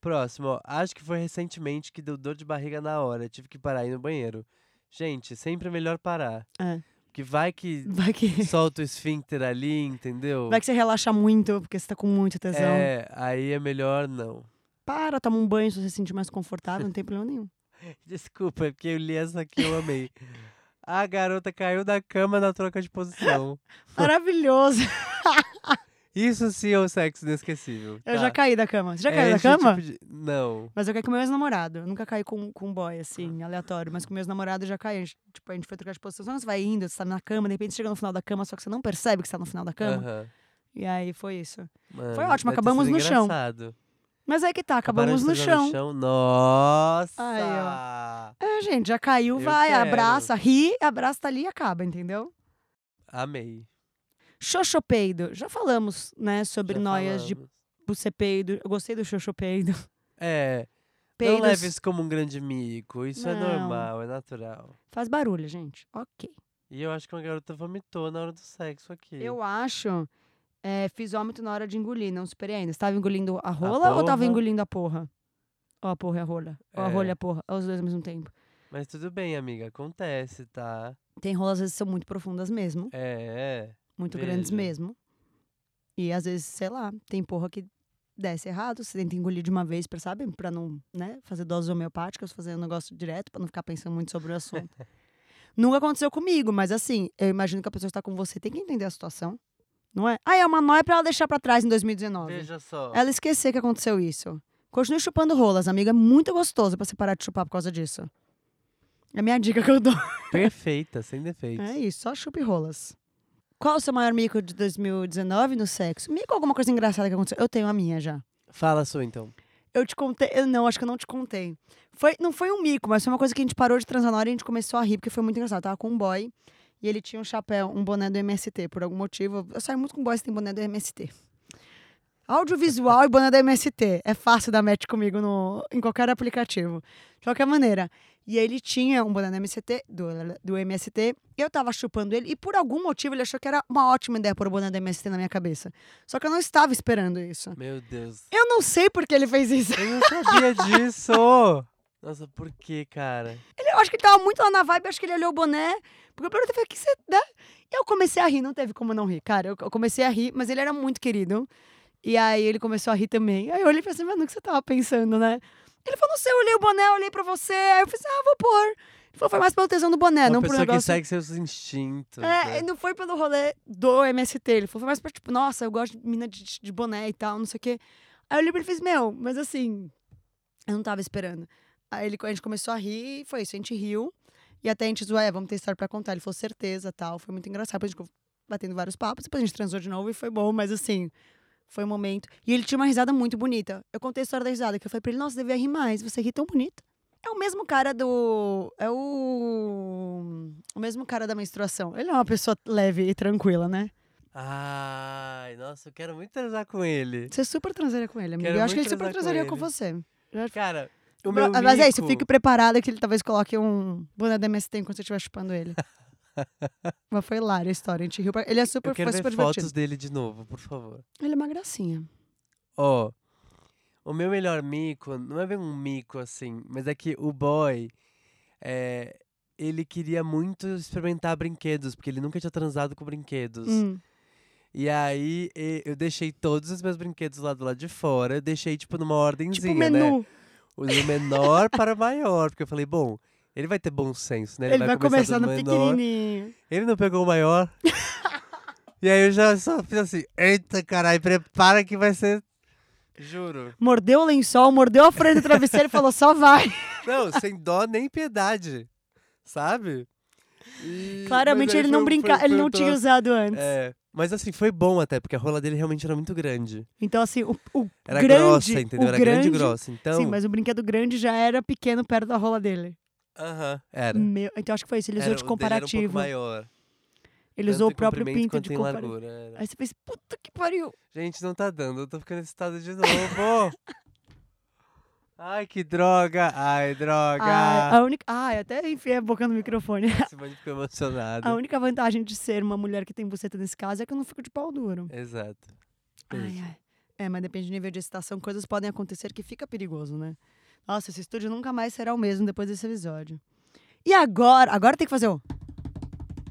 [SPEAKER 1] Próximo, ó. Acho que foi recentemente que deu dor de barriga na hora. Tive que parar aí no banheiro. Gente, sempre é melhor parar.
[SPEAKER 2] É.
[SPEAKER 1] Porque vai que
[SPEAKER 2] Vai que,
[SPEAKER 1] solta o esfíncter ali, entendeu?
[SPEAKER 2] vai que você relaxa muito, porque você tá com muito tesão.
[SPEAKER 1] É, aí é melhor não.
[SPEAKER 2] Para, toma um banho se você se sentir mais confortável, não tem problema nenhum.
[SPEAKER 1] Desculpa, é porque eu li essa aqui eu amei. A garota caiu da cama na troca de posição.
[SPEAKER 2] Maravilhoso.
[SPEAKER 1] Isso sim é um sexo inesquecível.
[SPEAKER 2] Eu
[SPEAKER 1] tá?
[SPEAKER 2] já caí da cama. Você já
[SPEAKER 1] É
[SPEAKER 2] caiu da
[SPEAKER 1] esse
[SPEAKER 2] cama?
[SPEAKER 1] tipo de- Não.
[SPEAKER 2] Mas eu caí com meu ex-namorado. Eu nunca caí com, com um boy, assim, aleatório. Mas com meu ex-namorado eu já caí. A gente, tipo, a gente foi trocar de posição. Só que você vai indo, você tá na cama, de repente você chega no final da cama, só que você não percebe que você tá no final da cama.
[SPEAKER 1] Aham.
[SPEAKER 2] E aí foi isso.
[SPEAKER 1] Mano,
[SPEAKER 2] Foi ótimo,
[SPEAKER 1] deve ter
[SPEAKER 2] acabamos
[SPEAKER 1] sido
[SPEAKER 2] no chão.
[SPEAKER 1] engraçado.
[SPEAKER 2] Mas aí que tá, acabamos
[SPEAKER 1] Acabaram
[SPEAKER 2] no
[SPEAKER 1] de transar
[SPEAKER 2] chão.
[SPEAKER 1] Nossa!
[SPEAKER 2] É, gente, já caiu,
[SPEAKER 1] Eu
[SPEAKER 2] vai,
[SPEAKER 1] quero.
[SPEAKER 2] abraça, ri, abraça tá ali e acaba, entendeu?
[SPEAKER 1] Amei.
[SPEAKER 2] Xoxopeido. Já falamos, né, sobre
[SPEAKER 1] já
[SPEAKER 2] noias de
[SPEAKER 1] falamos.
[SPEAKER 2] bucepeido. Eu gostei do xoxopeido.
[SPEAKER 1] É,
[SPEAKER 2] Peidos.
[SPEAKER 1] não leve isso como um grande mico. Isso é
[SPEAKER 2] Não.
[SPEAKER 1] normal, é natural.
[SPEAKER 2] Faz barulho, gente. Ok.
[SPEAKER 1] E eu acho que uma garota vomitou na hora do sexo aqui.
[SPEAKER 2] Eu acho. É, fiz ômito na hora de engolir, não superei ainda. Você tava engolindo a rola ou tava
[SPEAKER 1] porra.
[SPEAKER 2] engolindo a porra? Ou a porra e a rola? Ou a
[SPEAKER 1] É.
[SPEAKER 2] rola e a porra? Ou os dois ao mesmo tempo.
[SPEAKER 1] Mas tudo bem, amiga, acontece, tá?
[SPEAKER 2] Tem rolas, às vezes, que são muito profundas mesmo,
[SPEAKER 1] É, é.
[SPEAKER 2] muito grandes
[SPEAKER 1] Veja.
[SPEAKER 2] mesmo. E às vezes, sei lá, tem porra que desce errado, você tenta engolir de uma vez, pra, sabe? Pra não, né, fazer doses homeopáticas, fazer um negócio direto, pra não ficar pensando muito sobre o assunto. Nunca aconteceu comigo, mas assim, eu imagino que a pessoa que tá com você tem que entender a situação, não é? Ah, é uma nóia pra ela deixar pra trás em 2019.
[SPEAKER 1] Veja só.
[SPEAKER 2] Ela esquecer que aconteceu isso. Continue chupando rolas, amiga. É muito gostoso pra você parar de chupar por causa disso. É a minha dica que eu dou.
[SPEAKER 1] Perfeita, sem defeitos.
[SPEAKER 2] É isso, só chupe rolas. Qual o seu maior mico de 2019 no sexo? Mico alguma coisa engraçada que aconteceu? Eu tenho a minha já.
[SPEAKER 1] Fala a sua, então.
[SPEAKER 2] Eu te contei. Eu não, acho que eu não te contei. Foi, não foi um mico, mas foi uma coisa que a gente parou de transar na hora e a gente começou a rir, porque foi muito engraçado. Eu tava com um boy e ele tinha um chapéu, um boné do MST, por algum motivo. Eu saio muito com boys que tem boné do MST. Audiovisual e boné do MST. É fácil dar match comigo no, em qualquer aplicativo. De qualquer maneira. E ele tinha um boné do MST, do, do MST. Eu tava chupando ele e por algum motivo ele achou que era uma ótima ideia pôr o boné do MST na minha cabeça. Só que eu não estava esperando isso.
[SPEAKER 1] Meu Deus.
[SPEAKER 2] Eu não sei por que ele fez isso.
[SPEAKER 1] Eu não sabia disso! Nossa, por que, cara?
[SPEAKER 2] Ele- eu acho que ele tava muito lá na vibe, acho que ele olhou o boné. Porque eu perguntei, falei, que você dá? E eu comecei a rir, não teve como eu não rir, cara. Eu, eu comecei a rir, mas ele era muito querido. E aí ele começou a rir também. Aí eu olhei e falei assim, mano, o que você tava pensando, né? Ele falou, não sei, eu olhei o boné, eu olhei pra você. Aí eu falei assim, ah, vou pôr. Ele falou, foi mais pelo tesão do boné,
[SPEAKER 1] uma
[SPEAKER 2] não por
[SPEAKER 1] pessoa
[SPEAKER 2] É, negócio.
[SPEAKER 1] que segue seus instintos.
[SPEAKER 2] É,
[SPEAKER 1] né?
[SPEAKER 2] e não foi pelo rolê do MST. Ele falou, foi mais pra tipo, nossa, eu gosto de mina de, de boné e tal, não sei o quê. Aí eu olhei pra ele e fiz, meu, mas assim, eu não tava esperando. Aí ele, a gente começou a rir e foi isso, a gente riu. E até a gente zoou, é, vamos ter história pra contar. Ele falou, certeza, tal. Foi muito engraçado. Depois a gente ficou batendo vários papos, depois a gente transou de novo e foi bom, mas assim, foi um momento. E ele tinha uma risada muito bonita. Eu contei a história da risada, que eu falei pra ele, nossa, devia rir mais, você ri tão bonito. É o mesmo cara do. É o. O mesmo cara da menstruação. Ele é uma pessoa leve e tranquila, né?
[SPEAKER 1] Ai, nossa, eu quero muito transar com ele.
[SPEAKER 2] Você super transaria com ele, amiga.
[SPEAKER 1] Quero
[SPEAKER 2] eu acho que ele
[SPEAKER 1] muito
[SPEAKER 2] super
[SPEAKER 1] transar com
[SPEAKER 2] transaria com, você.
[SPEAKER 1] Cara, o meu
[SPEAKER 2] Mas é isso,
[SPEAKER 1] mico-
[SPEAKER 2] fique preparada que ele talvez coloque um boné da MST enquanto você estiver chupando ele. Mas foi hilária a história. A gente riu. pra- Ele é super,
[SPEAKER 1] Eu quero
[SPEAKER 2] foi
[SPEAKER 1] ver
[SPEAKER 2] super
[SPEAKER 1] fotos
[SPEAKER 2] divertido.
[SPEAKER 1] dele de novo, por favor.
[SPEAKER 2] Ele é uma gracinha.
[SPEAKER 1] Ó, o meu melhor mico, não é bem um mico assim, mas é que o boy, é, ele queria muito experimentar brinquedos, porque ele nunca tinha transado com brinquedos.
[SPEAKER 2] Hum.
[SPEAKER 1] E aí e- eu deixei todos os meus brinquedos lá do lado de fora, eu deixei tipo numa
[SPEAKER 2] Tipo
[SPEAKER 1] ordenzinha, né?
[SPEAKER 2] menu.
[SPEAKER 1] O do menor para o maior, porque eu falei, bom, ele vai ter bom senso, né?
[SPEAKER 2] Ele, vai começar
[SPEAKER 1] do
[SPEAKER 2] no
[SPEAKER 1] menor.
[SPEAKER 2] pequenininho.
[SPEAKER 1] Ele não pegou o maior. e aí eu já só fiz assim, eita caralho, prepara que vai ser. Juro.
[SPEAKER 2] Mordeu o lençol, mordeu a frente do travesseiro e falou: só vai.
[SPEAKER 1] Não, sem dó nem piedade. Sabe? E- mas
[SPEAKER 2] Claramente
[SPEAKER 1] aí
[SPEAKER 2] ele não
[SPEAKER 1] foi-
[SPEAKER 2] brinca,
[SPEAKER 1] foi-
[SPEAKER 2] ele
[SPEAKER 1] foi
[SPEAKER 2] não
[SPEAKER 1] um
[SPEAKER 2] tinha
[SPEAKER 1] troço-
[SPEAKER 2] usado antes.
[SPEAKER 1] É. Mas assim, foi bom até, porque a rola dele realmente era muito grande.
[SPEAKER 2] Então, assim, o, o
[SPEAKER 1] Era
[SPEAKER 2] grande.
[SPEAKER 1] grossa, entendeu?
[SPEAKER 2] o
[SPEAKER 1] Era grande
[SPEAKER 2] grande
[SPEAKER 1] e grossa. Então.
[SPEAKER 2] Sim, mas o brinquedo grande já era pequeno perto da rola dele.
[SPEAKER 1] Aham, era.
[SPEAKER 2] Meu, então acho que foi isso. Ele usou
[SPEAKER 1] Era,
[SPEAKER 2] de
[SPEAKER 1] o dele era um pouco
[SPEAKER 2] comparativo.
[SPEAKER 1] maior.
[SPEAKER 2] ele
[SPEAKER 1] tanto
[SPEAKER 2] usou
[SPEAKER 1] em
[SPEAKER 2] o próprio
[SPEAKER 1] comprimento
[SPEAKER 2] pinto
[SPEAKER 1] quanto
[SPEAKER 2] de
[SPEAKER 1] em
[SPEAKER 2] comparativo.
[SPEAKER 1] largura. era.
[SPEAKER 2] Aí você pensa, puta que pariu.
[SPEAKER 1] Gente, não tá dando, eu tô ficando excitado de novo. Ai, que droga! Ai, droga!
[SPEAKER 2] Ah, a única... ah, eu até enfiei a boca no microfone.
[SPEAKER 1] Simone ficou emocionada.
[SPEAKER 2] A única vantagem de ser uma mulher que tem buceta nesse caso é que eu não fico de pau duro.
[SPEAKER 1] Exato. É
[SPEAKER 2] Ai,
[SPEAKER 1] isso.
[SPEAKER 2] ai. É, mas depende do nível de excitação, coisas podem acontecer que fica perigoso, né? Nossa, esse estúdio nunca mais será o mesmo depois desse episódio. E agora? Agora tem que fazer o.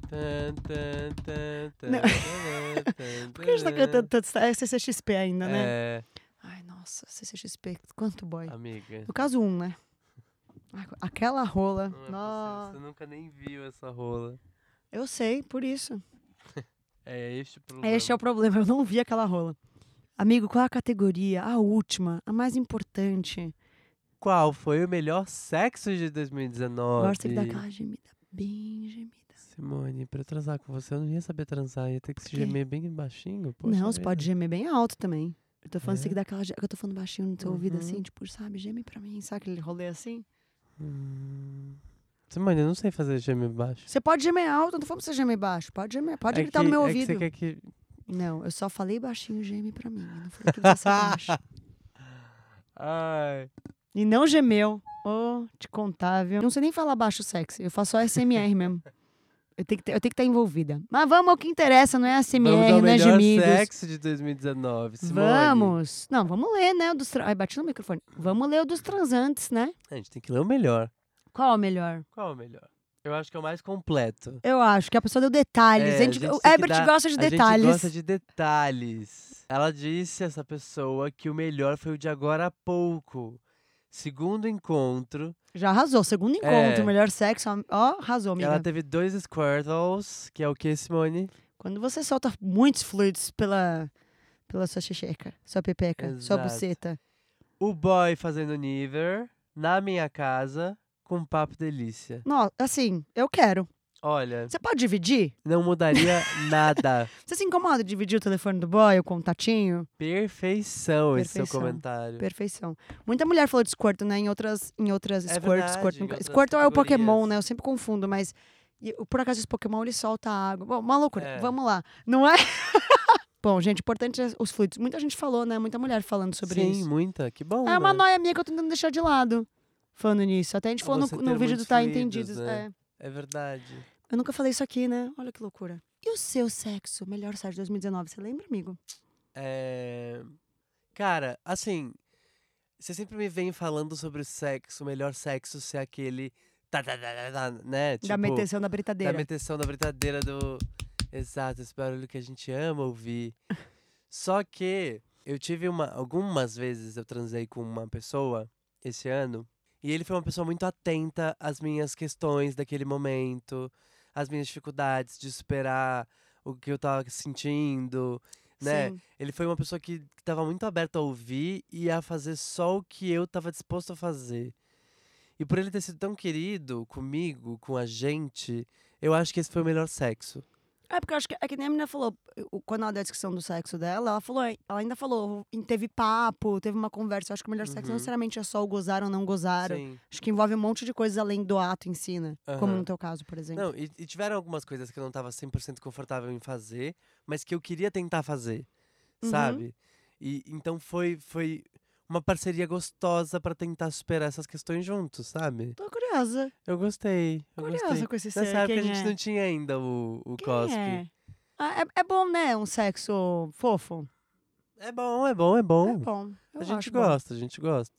[SPEAKER 1] Tan, tan, tan, tan,
[SPEAKER 2] Não.
[SPEAKER 1] tan, tan,
[SPEAKER 2] Por que a gente tá
[SPEAKER 1] tan.
[SPEAKER 2] cantando tanto? É CCXP ainda, né?
[SPEAKER 1] É, Ah,
[SPEAKER 2] Ai, nossa, CCXP, quanto boy.
[SPEAKER 1] amiga.
[SPEAKER 2] No caso, um, né? Ai, Aquela
[SPEAKER 1] Não
[SPEAKER 2] rola.
[SPEAKER 1] é possível,
[SPEAKER 2] Nossa.
[SPEAKER 1] você nunca nem viu essa rola.
[SPEAKER 2] Eu sei, por isso.
[SPEAKER 1] É este o problema.
[SPEAKER 2] Este é o problema, eu não vi aquela rola. Amigo, qual é a categoria? A última, a mais importante.
[SPEAKER 1] Qual foi o melhor sexo de 2019?
[SPEAKER 2] Gosta que dá aquela gemida bem gemida.
[SPEAKER 1] Simone, pra eu transar com você, eu não ia saber transar. Ia ter que se
[SPEAKER 2] quê?
[SPEAKER 1] gemer bem baixinho. Poxa
[SPEAKER 2] não, você
[SPEAKER 1] vida.
[SPEAKER 2] pode gemer bem alto também. Eu tô falando,
[SPEAKER 1] É?
[SPEAKER 2] você tem que dá aquela. ge- Eu tô falando baixinho no teu ouvido,
[SPEAKER 1] Uhum.
[SPEAKER 2] assim, tipo, sabe, geme pra mim, sabe aquele rolê assim?
[SPEAKER 1] Hum. Simone, eu não sei fazer gemer baixo.
[SPEAKER 2] Você pode gemer alto, eu não tô falando pra você gemer baixo. Pode gemer, pode
[SPEAKER 1] É
[SPEAKER 2] gritar no
[SPEAKER 1] que-
[SPEAKER 2] meu
[SPEAKER 1] é
[SPEAKER 2] ouvido.
[SPEAKER 1] Que você quer que...
[SPEAKER 2] Não, eu só falei baixinho, geme pra mim. Eu não falei que você é baixo.
[SPEAKER 1] Ai.
[SPEAKER 2] E não gemeu. Ô, te contar, viu? Não sei nem falar baixo sexo. Eu faço só SMR mesmo. Eu tenho que estar envolvida. Mas vamos ao que interessa, não é
[SPEAKER 1] Vamos ao
[SPEAKER 2] SMR, não é
[SPEAKER 1] melhor
[SPEAKER 2] gemidos.
[SPEAKER 1] sexo de 2019. Simone.
[SPEAKER 2] Vamos! Não, vamos ler, né? O dos tra... Ai, bati no microfone. Vamos ler o dos transantes, né?
[SPEAKER 1] A gente tem que ler o melhor.
[SPEAKER 2] Qual é o melhor?
[SPEAKER 1] Qual é o melhor? Eu acho que é o mais completo.
[SPEAKER 2] Eu acho que a pessoa deu detalhes.
[SPEAKER 1] É,
[SPEAKER 2] a
[SPEAKER 1] a
[SPEAKER 2] gente...
[SPEAKER 1] gente
[SPEAKER 2] o
[SPEAKER 1] tem que
[SPEAKER 2] Herbert
[SPEAKER 1] dar-
[SPEAKER 2] gosta de
[SPEAKER 1] a
[SPEAKER 2] detalhes.
[SPEAKER 1] gente gosta de detalhes. Ela disse, essa pessoa, que o melhor foi o de agora há pouco. Segundo encontro,
[SPEAKER 2] Já arrasou. Segundo encontro,
[SPEAKER 1] É.
[SPEAKER 2] melhor sexo. Ó, arrasou, amiga.
[SPEAKER 1] ela teve dois Squirtles, que é o que, Simone?
[SPEAKER 2] Quando você solta muitos fluidos pela, pela sua xixeca, sua pepeca, sua
[SPEAKER 1] Exato.
[SPEAKER 2] buceta.
[SPEAKER 1] O boy fazendo Niver, na minha casa, com papo delícia.
[SPEAKER 2] Nossa, assim, eu quero.
[SPEAKER 1] Olha,
[SPEAKER 2] Você pode dividir?
[SPEAKER 1] não mudaria nada.
[SPEAKER 2] Você se incomoda de dividir o telefone do boy, o contatinho?
[SPEAKER 1] Perfeição esse seu
[SPEAKER 2] Perfeição.
[SPEAKER 1] comentário.
[SPEAKER 2] Perfeição. Muita mulher falou de Squirtle, né? Em outras, em outras
[SPEAKER 1] É
[SPEAKER 2] Squirt,
[SPEAKER 1] verdade,
[SPEAKER 2] Squirt.
[SPEAKER 1] em
[SPEAKER 2] nunca-
[SPEAKER 1] outras
[SPEAKER 2] Squirtle é o
[SPEAKER 1] categorias.
[SPEAKER 2] Pokémon, né? Eu sempre confundo, mas. e o- por acaso esse Pokémon ele solta água. Bom, uma loucura.
[SPEAKER 1] É.
[SPEAKER 2] Vamos lá. Não é? Bom, gente, importante é os fluidos. Muita gente falou, né? Muita mulher falando sobre
[SPEAKER 1] Sim,
[SPEAKER 2] isso.
[SPEAKER 1] muita. Que bom,
[SPEAKER 2] É uma
[SPEAKER 1] né?
[SPEAKER 2] noia minha que eu tô tentando deixar de lado. Falando nisso. Até a gente
[SPEAKER 1] Ah,
[SPEAKER 2] falou
[SPEAKER 1] você
[SPEAKER 2] no,
[SPEAKER 1] ter
[SPEAKER 2] no vídeo do
[SPEAKER 1] muitos
[SPEAKER 2] Tá
[SPEAKER 1] fluidos,
[SPEAKER 2] Entendidos.
[SPEAKER 1] né?
[SPEAKER 2] É.
[SPEAKER 1] É verdade.
[SPEAKER 2] Eu nunca falei isso aqui, né? Olha que loucura. E o seu sexo? Melhor site de 2019. Você lembra, amigo?
[SPEAKER 1] É... Cara, assim, você sempre me vem falando sobre o sexo, o melhor sexo ser aquele. Tá, tá, tá, tá, tá, né?
[SPEAKER 2] da
[SPEAKER 1] Tipo,
[SPEAKER 2] meteção da
[SPEAKER 1] da
[SPEAKER 2] britadeira.
[SPEAKER 1] meteção da britadeira do. Exato, esse barulho que a gente ama ouvir. Só que eu tive uma. Algumas vezes eu transei com uma pessoa esse ano. E ele foi uma pessoa muito atenta às minhas questões daquele momento, às minhas dificuldades de superar o que eu tava sentindo, né?
[SPEAKER 2] Sim.
[SPEAKER 1] Ele foi uma pessoa que estava muito aberta a ouvir e a fazer só o que eu estava disposto a fazer. E por ele ter sido tão querido comigo, com a gente, eu acho que esse foi o melhor sexo.
[SPEAKER 2] É, porque eu acho que é que nem a menina falou, o- quando ela deu a descrição do sexo dela, ela falou, ela ainda falou, em- teve papo, teve uma conversa. Eu acho que o melhor sexo não
[SPEAKER 1] Uhum.
[SPEAKER 2] necessariamente é só o gozar ou não gozar.
[SPEAKER 1] Sim.
[SPEAKER 2] Acho que envolve um monte de coisas além do ato em si, né? Como
[SPEAKER 1] Aham.
[SPEAKER 2] no teu caso, por exemplo.
[SPEAKER 1] Não, e, e tiveram algumas coisas que eu não tava 100% confortável em fazer, mas que eu queria tentar fazer,
[SPEAKER 2] Uhum.
[SPEAKER 1] sabe? E então foi foi uma parceria gostosa pra tentar superar essas questões juntos, sabe?
[SPEAKER 2] Tô curiosa.
[SPEAKER 1] Eu gostei, eu
[SPEAKER 2] curiosa
[SPEAKER 1] gostei.
[SPEAKER 2] com esse sexo.
[SPEAKER 1] Nessa época
[SPEAKER 2] quem
[SPEAKER 1] a gente
[SPEAKER 2] é?
[SPEAKER 1] não tinha ainda o, o
[SPEAKER 2] Quem
[SPEAKER 1] cospe.
[SPEAKER 2] é? Ah, é, é bom, né? Um sexo fofo.
[SPEAKER 1] É bom, é bom, é
[SPEAKER 2] É
[SPEAKER 1] bom.
[SPEAKER 2] bom. Eu
[SPEAKER 1] a gente
[SPEAKER 2] acho
[SPEAKER 1] gosta, a gente gosta,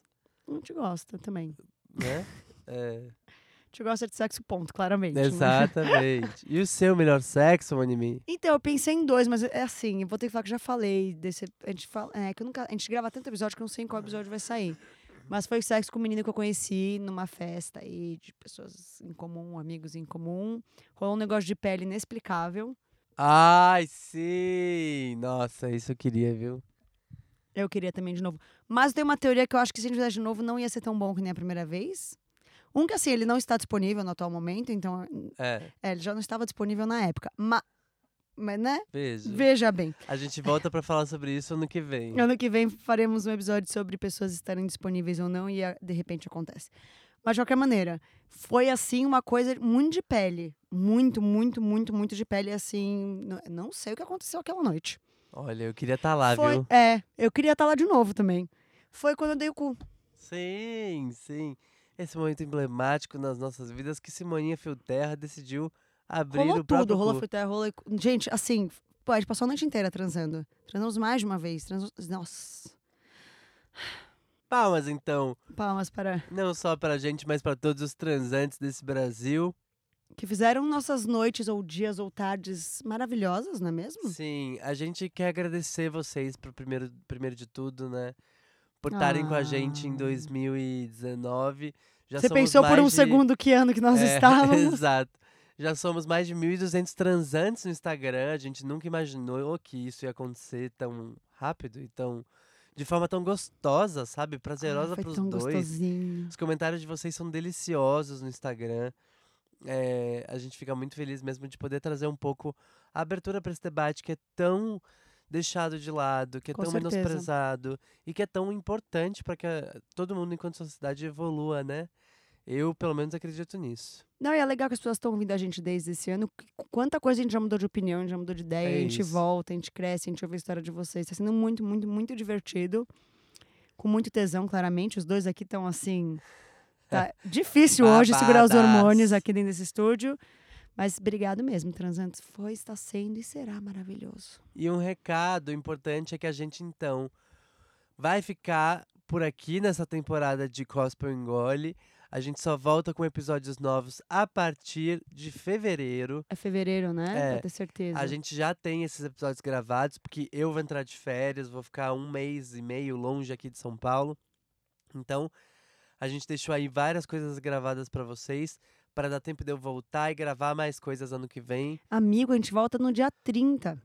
[SPEAKER 2] Bom. A gente gosta também.
[SPEAKER 1] né? É,
[SPEAKER 2] A gente gosta de sexo ponto, claramente. né?
[SPEAKER 1] exatamente. E o seu melhor sexo, Manimi?
[SPEAKER 2] Então, eu pensei em dois, mas é assim, eu vou ter que falar que eu já falei desse. A gente fala. É que eu nunca. A gente grava tanto episódio que eu não sei em qual episódio vai sair. Mas foi sexo com um menino que eu conheci numa festa aí de pessoas em comum, amigos em comum. Rolou um negócio de pele inexplicável.
[SPEAKER 1] Ai, sim! Nossa, isso eu queria, viu?
[SPEAKER 2] Eu queria também de novo. Mas tem uma teoria que eu acho que se a gente fizer de novo não ia ser tão bom que nem a primeira vez. Um que assim, ele não está disponível no atual momento, então.
[SPEAKER 1] É,
[SPEAKER 2] É, ele já não estava disponível na época. Mas, mas né?
[SPEAKER 1] beijo.
[SPEAKER 2] Veja bem.
[SPEAKER 1] A gente volta pra falar sobre isso ano que vem.
[SPEAKER 2] Ano que vem faremos um episódio sobre pessoas estarem disponíveis ou não e a- de repente acontece. Mas de qualquer maneira, foi assim uma coisa muito de pele. Muito, muito, muito, muito de pele. Assim, n- não sei o que aconteceu aquela noite.
[SPEAKER 1] Olha, eu queria estar lá,
[SPEAKER 2] foi,
[SPEAKER 1] viu?
[SPEAKER 2] É, eu queria estar lá de novo também. Foi quando eu dei o cu.
[SPEAKER 1] Sim, sim. Esse momento emblemático nas nossas vidas que Simoninha Fio Terra decidiu abrir
[SPEAKER 2] Rolou
[SPEAKER 1] o próprio
[SPEAKER 2] tudo, rolou
[SPEAKER 1] cu.
[SPEAKER 2] fio terra, rolou. Gente, assim, Pô, a gente passou a noite inteira transando. Transamos mais de uma vez. Transamos... Nossa.
[SPEAKER 1] Palmas, então.
[SPEAKER 2] Palmas para...
[SPEAKER 1] Não só pra gente, mas pra todos os transantes desse Brasil.
[SPEAKER 2] Que fizeram nossas noites ou dias ou tardes maravilhosas, não é mesmo?
[SPEAKER 1] Sim, a gente quer agradecer vocês, por primeiro, primeiro de tudo, né? Por estarem com a
[SPEAKER 2] Ah.
[SPEAKER 1] gente em 2019. Já
[SPEAKER 2] Você
[SPEAKER 1] somos
[SPEAKER 2] pensou por
[SPEAKER 1] mais
[SPEAKER 2] um
[SPEAKER 1] de-
[SPEAKER 2] segundo que ano que nós
[SPEAKER 1] É,
[SPEAKER 2] estávamos?
[SPEAKER 1] Exato. Já somos mais de 1.200 transantes no Instagram. A gente nunca imaginou que isso ia acontecer tão rápido e tão. de forma tão gostosa, sabe? Prazerosa
[SPEAKER 2] Ai, foi
[SPEAKER 1] pros
[SPEAKER 2] tão
[SPEAKER 1] dois.
[SPEAKER 2] gostosinho.
[SPEAKER 1] Os comentários de vocês são deliciosos no Instagram. É, a gente fica muito feliz mesmo de poder trazer um pouco a abertura para esse debate que é tão deixado de lado, que é
[SPEAKER 2] Com
[SPEAKER 1] tão
[SPEAKER 2] certeza.
[SPEAKER 1] menosprezado e que é tão importante para que a- todo mundo enquanto sociedade evolua, né? Eu, pelo menos, acredito nisso.
[SPEAKER 2] Não, e é legal que as pessoas estão ouvindo a gente desde esse ano. Qu- Quanta coisa a gente já mudou de opinião, a gente já mudou de ideia,
[SPEAKER 1] É
[SPEAKER 2] a gente
[SPEAKER 1] isso.
[SPEAKER 2] volta, a gente cresce, a gente ouve a história de vocês. Tá sendo muito, muito, muito divertido. Com muito tesão, claramente. Os dois aqui estão assim. Tá difícil hoje segurar os
[SPEAKER 1] Babadas.
[SPEAKER 2] hormônios aqui dentro desse estúdio. Mas obrigado mesmo, Transantes. Foi, está sendo e será maravilhoso.
[SPEAKER 1] E um recado importante é que a gente, então, vai ficar por aqui nessa temporada de Gospel Engole. A gente só volta com episódios novos a partir de fevereiro.
[SPEAKER 2] É fevereiro, né?
[SPEAKER 1] É.
[SPEAKER 2] Pra ter certeza.
[SPEAKER 1] A gente já tem esses episódios gravados, porque eu vou entrar de férias, vou ficar um mês e meio longe aqui de São Paulo. Então, a gente deixou aí várias coisas gravadas pra vocês, pra dar tempo de eu voltar e gravar mais coisas ano que vem.
[SPEAKER 2] Amigo, a gente volta no dia 30.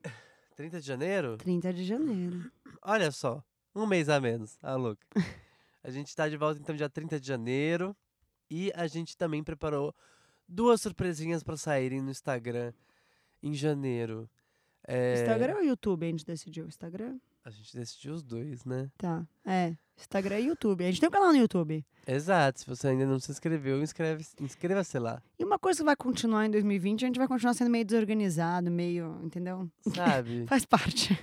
[SPEAKER 1] 30 de janeiro?
[SPEAKER 2] 30 de janeiro.
[SPEAKER 1] Olha só, um mês a menos, a louca. A gente tá de volta então dia 30 de janeiro e a gente também preparou duas surpresinhas pra saírem no Instagram em janeiro. É,
[SPEAKER 2] Instagram ou YouTube? A gente decidiu. Instagram?
[SPEAKER 1] A gente decidiu os dois, né?
[SPEAKER 2] Tá. É. Instagram e YouTube. A gente tem um canal no YouTube.
[SPEAKER 1] Exato, se você ainda não se inscreveu, inscreve, inscreva-se lá,
[SPEAKER 2] E uma coisa que vai continuar em 2020, a gente vai continuar sendo meio desorganizado, meio. Entendeu?
[SPEAKER 1] sabe?
[SPEAKER 2] Faz parte.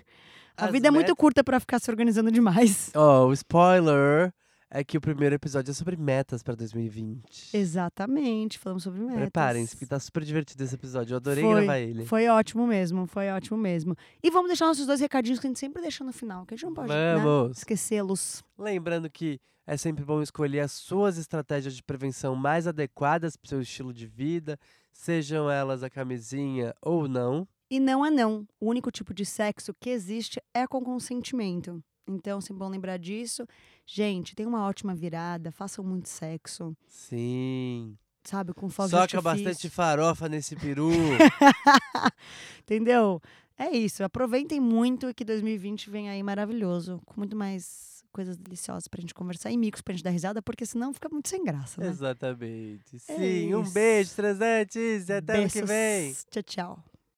[SPEAKER 2] A
[SPEAKER 1] As
[SPEAKER 2] vida é muito
[SPEAKER 1] metas-
[SPEAKER 2] curta pra ficar se organizando demais.
[SPEAKER 1] Ó, o spoiler é que o primeiro episódio é sobre metas pra 2020.
[SPEAKER 2] Exatamente. Falamos sobre metas.
[SPEAKER 1] Preparem-se, porque tá super divertido esse episódio. Eu adorei
[SPEAKER 2] Foi,
[SPEAKER 1] gravar ele.
[SPEAKER 2] Foi ótimo mesmo, foi ótimo mesmo. E vamos deixar nossos dois recadinhos que a gente sempre deixa no final, que a gente não pode né,
[SPEAKER 1] Vamos!
[SPEAKER 2] esquecê-los.
[SPEAKER 1] Lembrando que é sempre bom escolher as suas estratégias de prevenção mais adequadas para o seu estilo de vida, sejam elas a camisinha ou não.
[SPEAKER 2] E não é não. O único tipo de sexo que existe é com consentimento. Então, sempre bom lembrar disso. Gente, tem uma ótima virada, façam muito sexo,
[SPEAKER 1] Sim.
[SPEAKER 2] sabe? Com fogos de
[SPEAKER 1] Soca
[SPEAKER 2] artifício.
[SPEAKER 1] bastante farofa nesse peru.
[SPEAKER 2] Entendeu? É isso. Aproveitem muito e que 2020 vem aí maravilhoso, com muito mais coisas deliciosas pra gente conversar e micos pra gente dar risada, porque senão fica muito sem graça, né?
[SPEAKER 1] Exatamente.
[SPEAKER 2] É
[SPEAKER 1] Sim, um
[SPEAKER 2] isso.
[SPEAKER 1] beijo, transantes. e Até ano que vem.
[SPEAKER 2] Beijos. Tchau, tchau.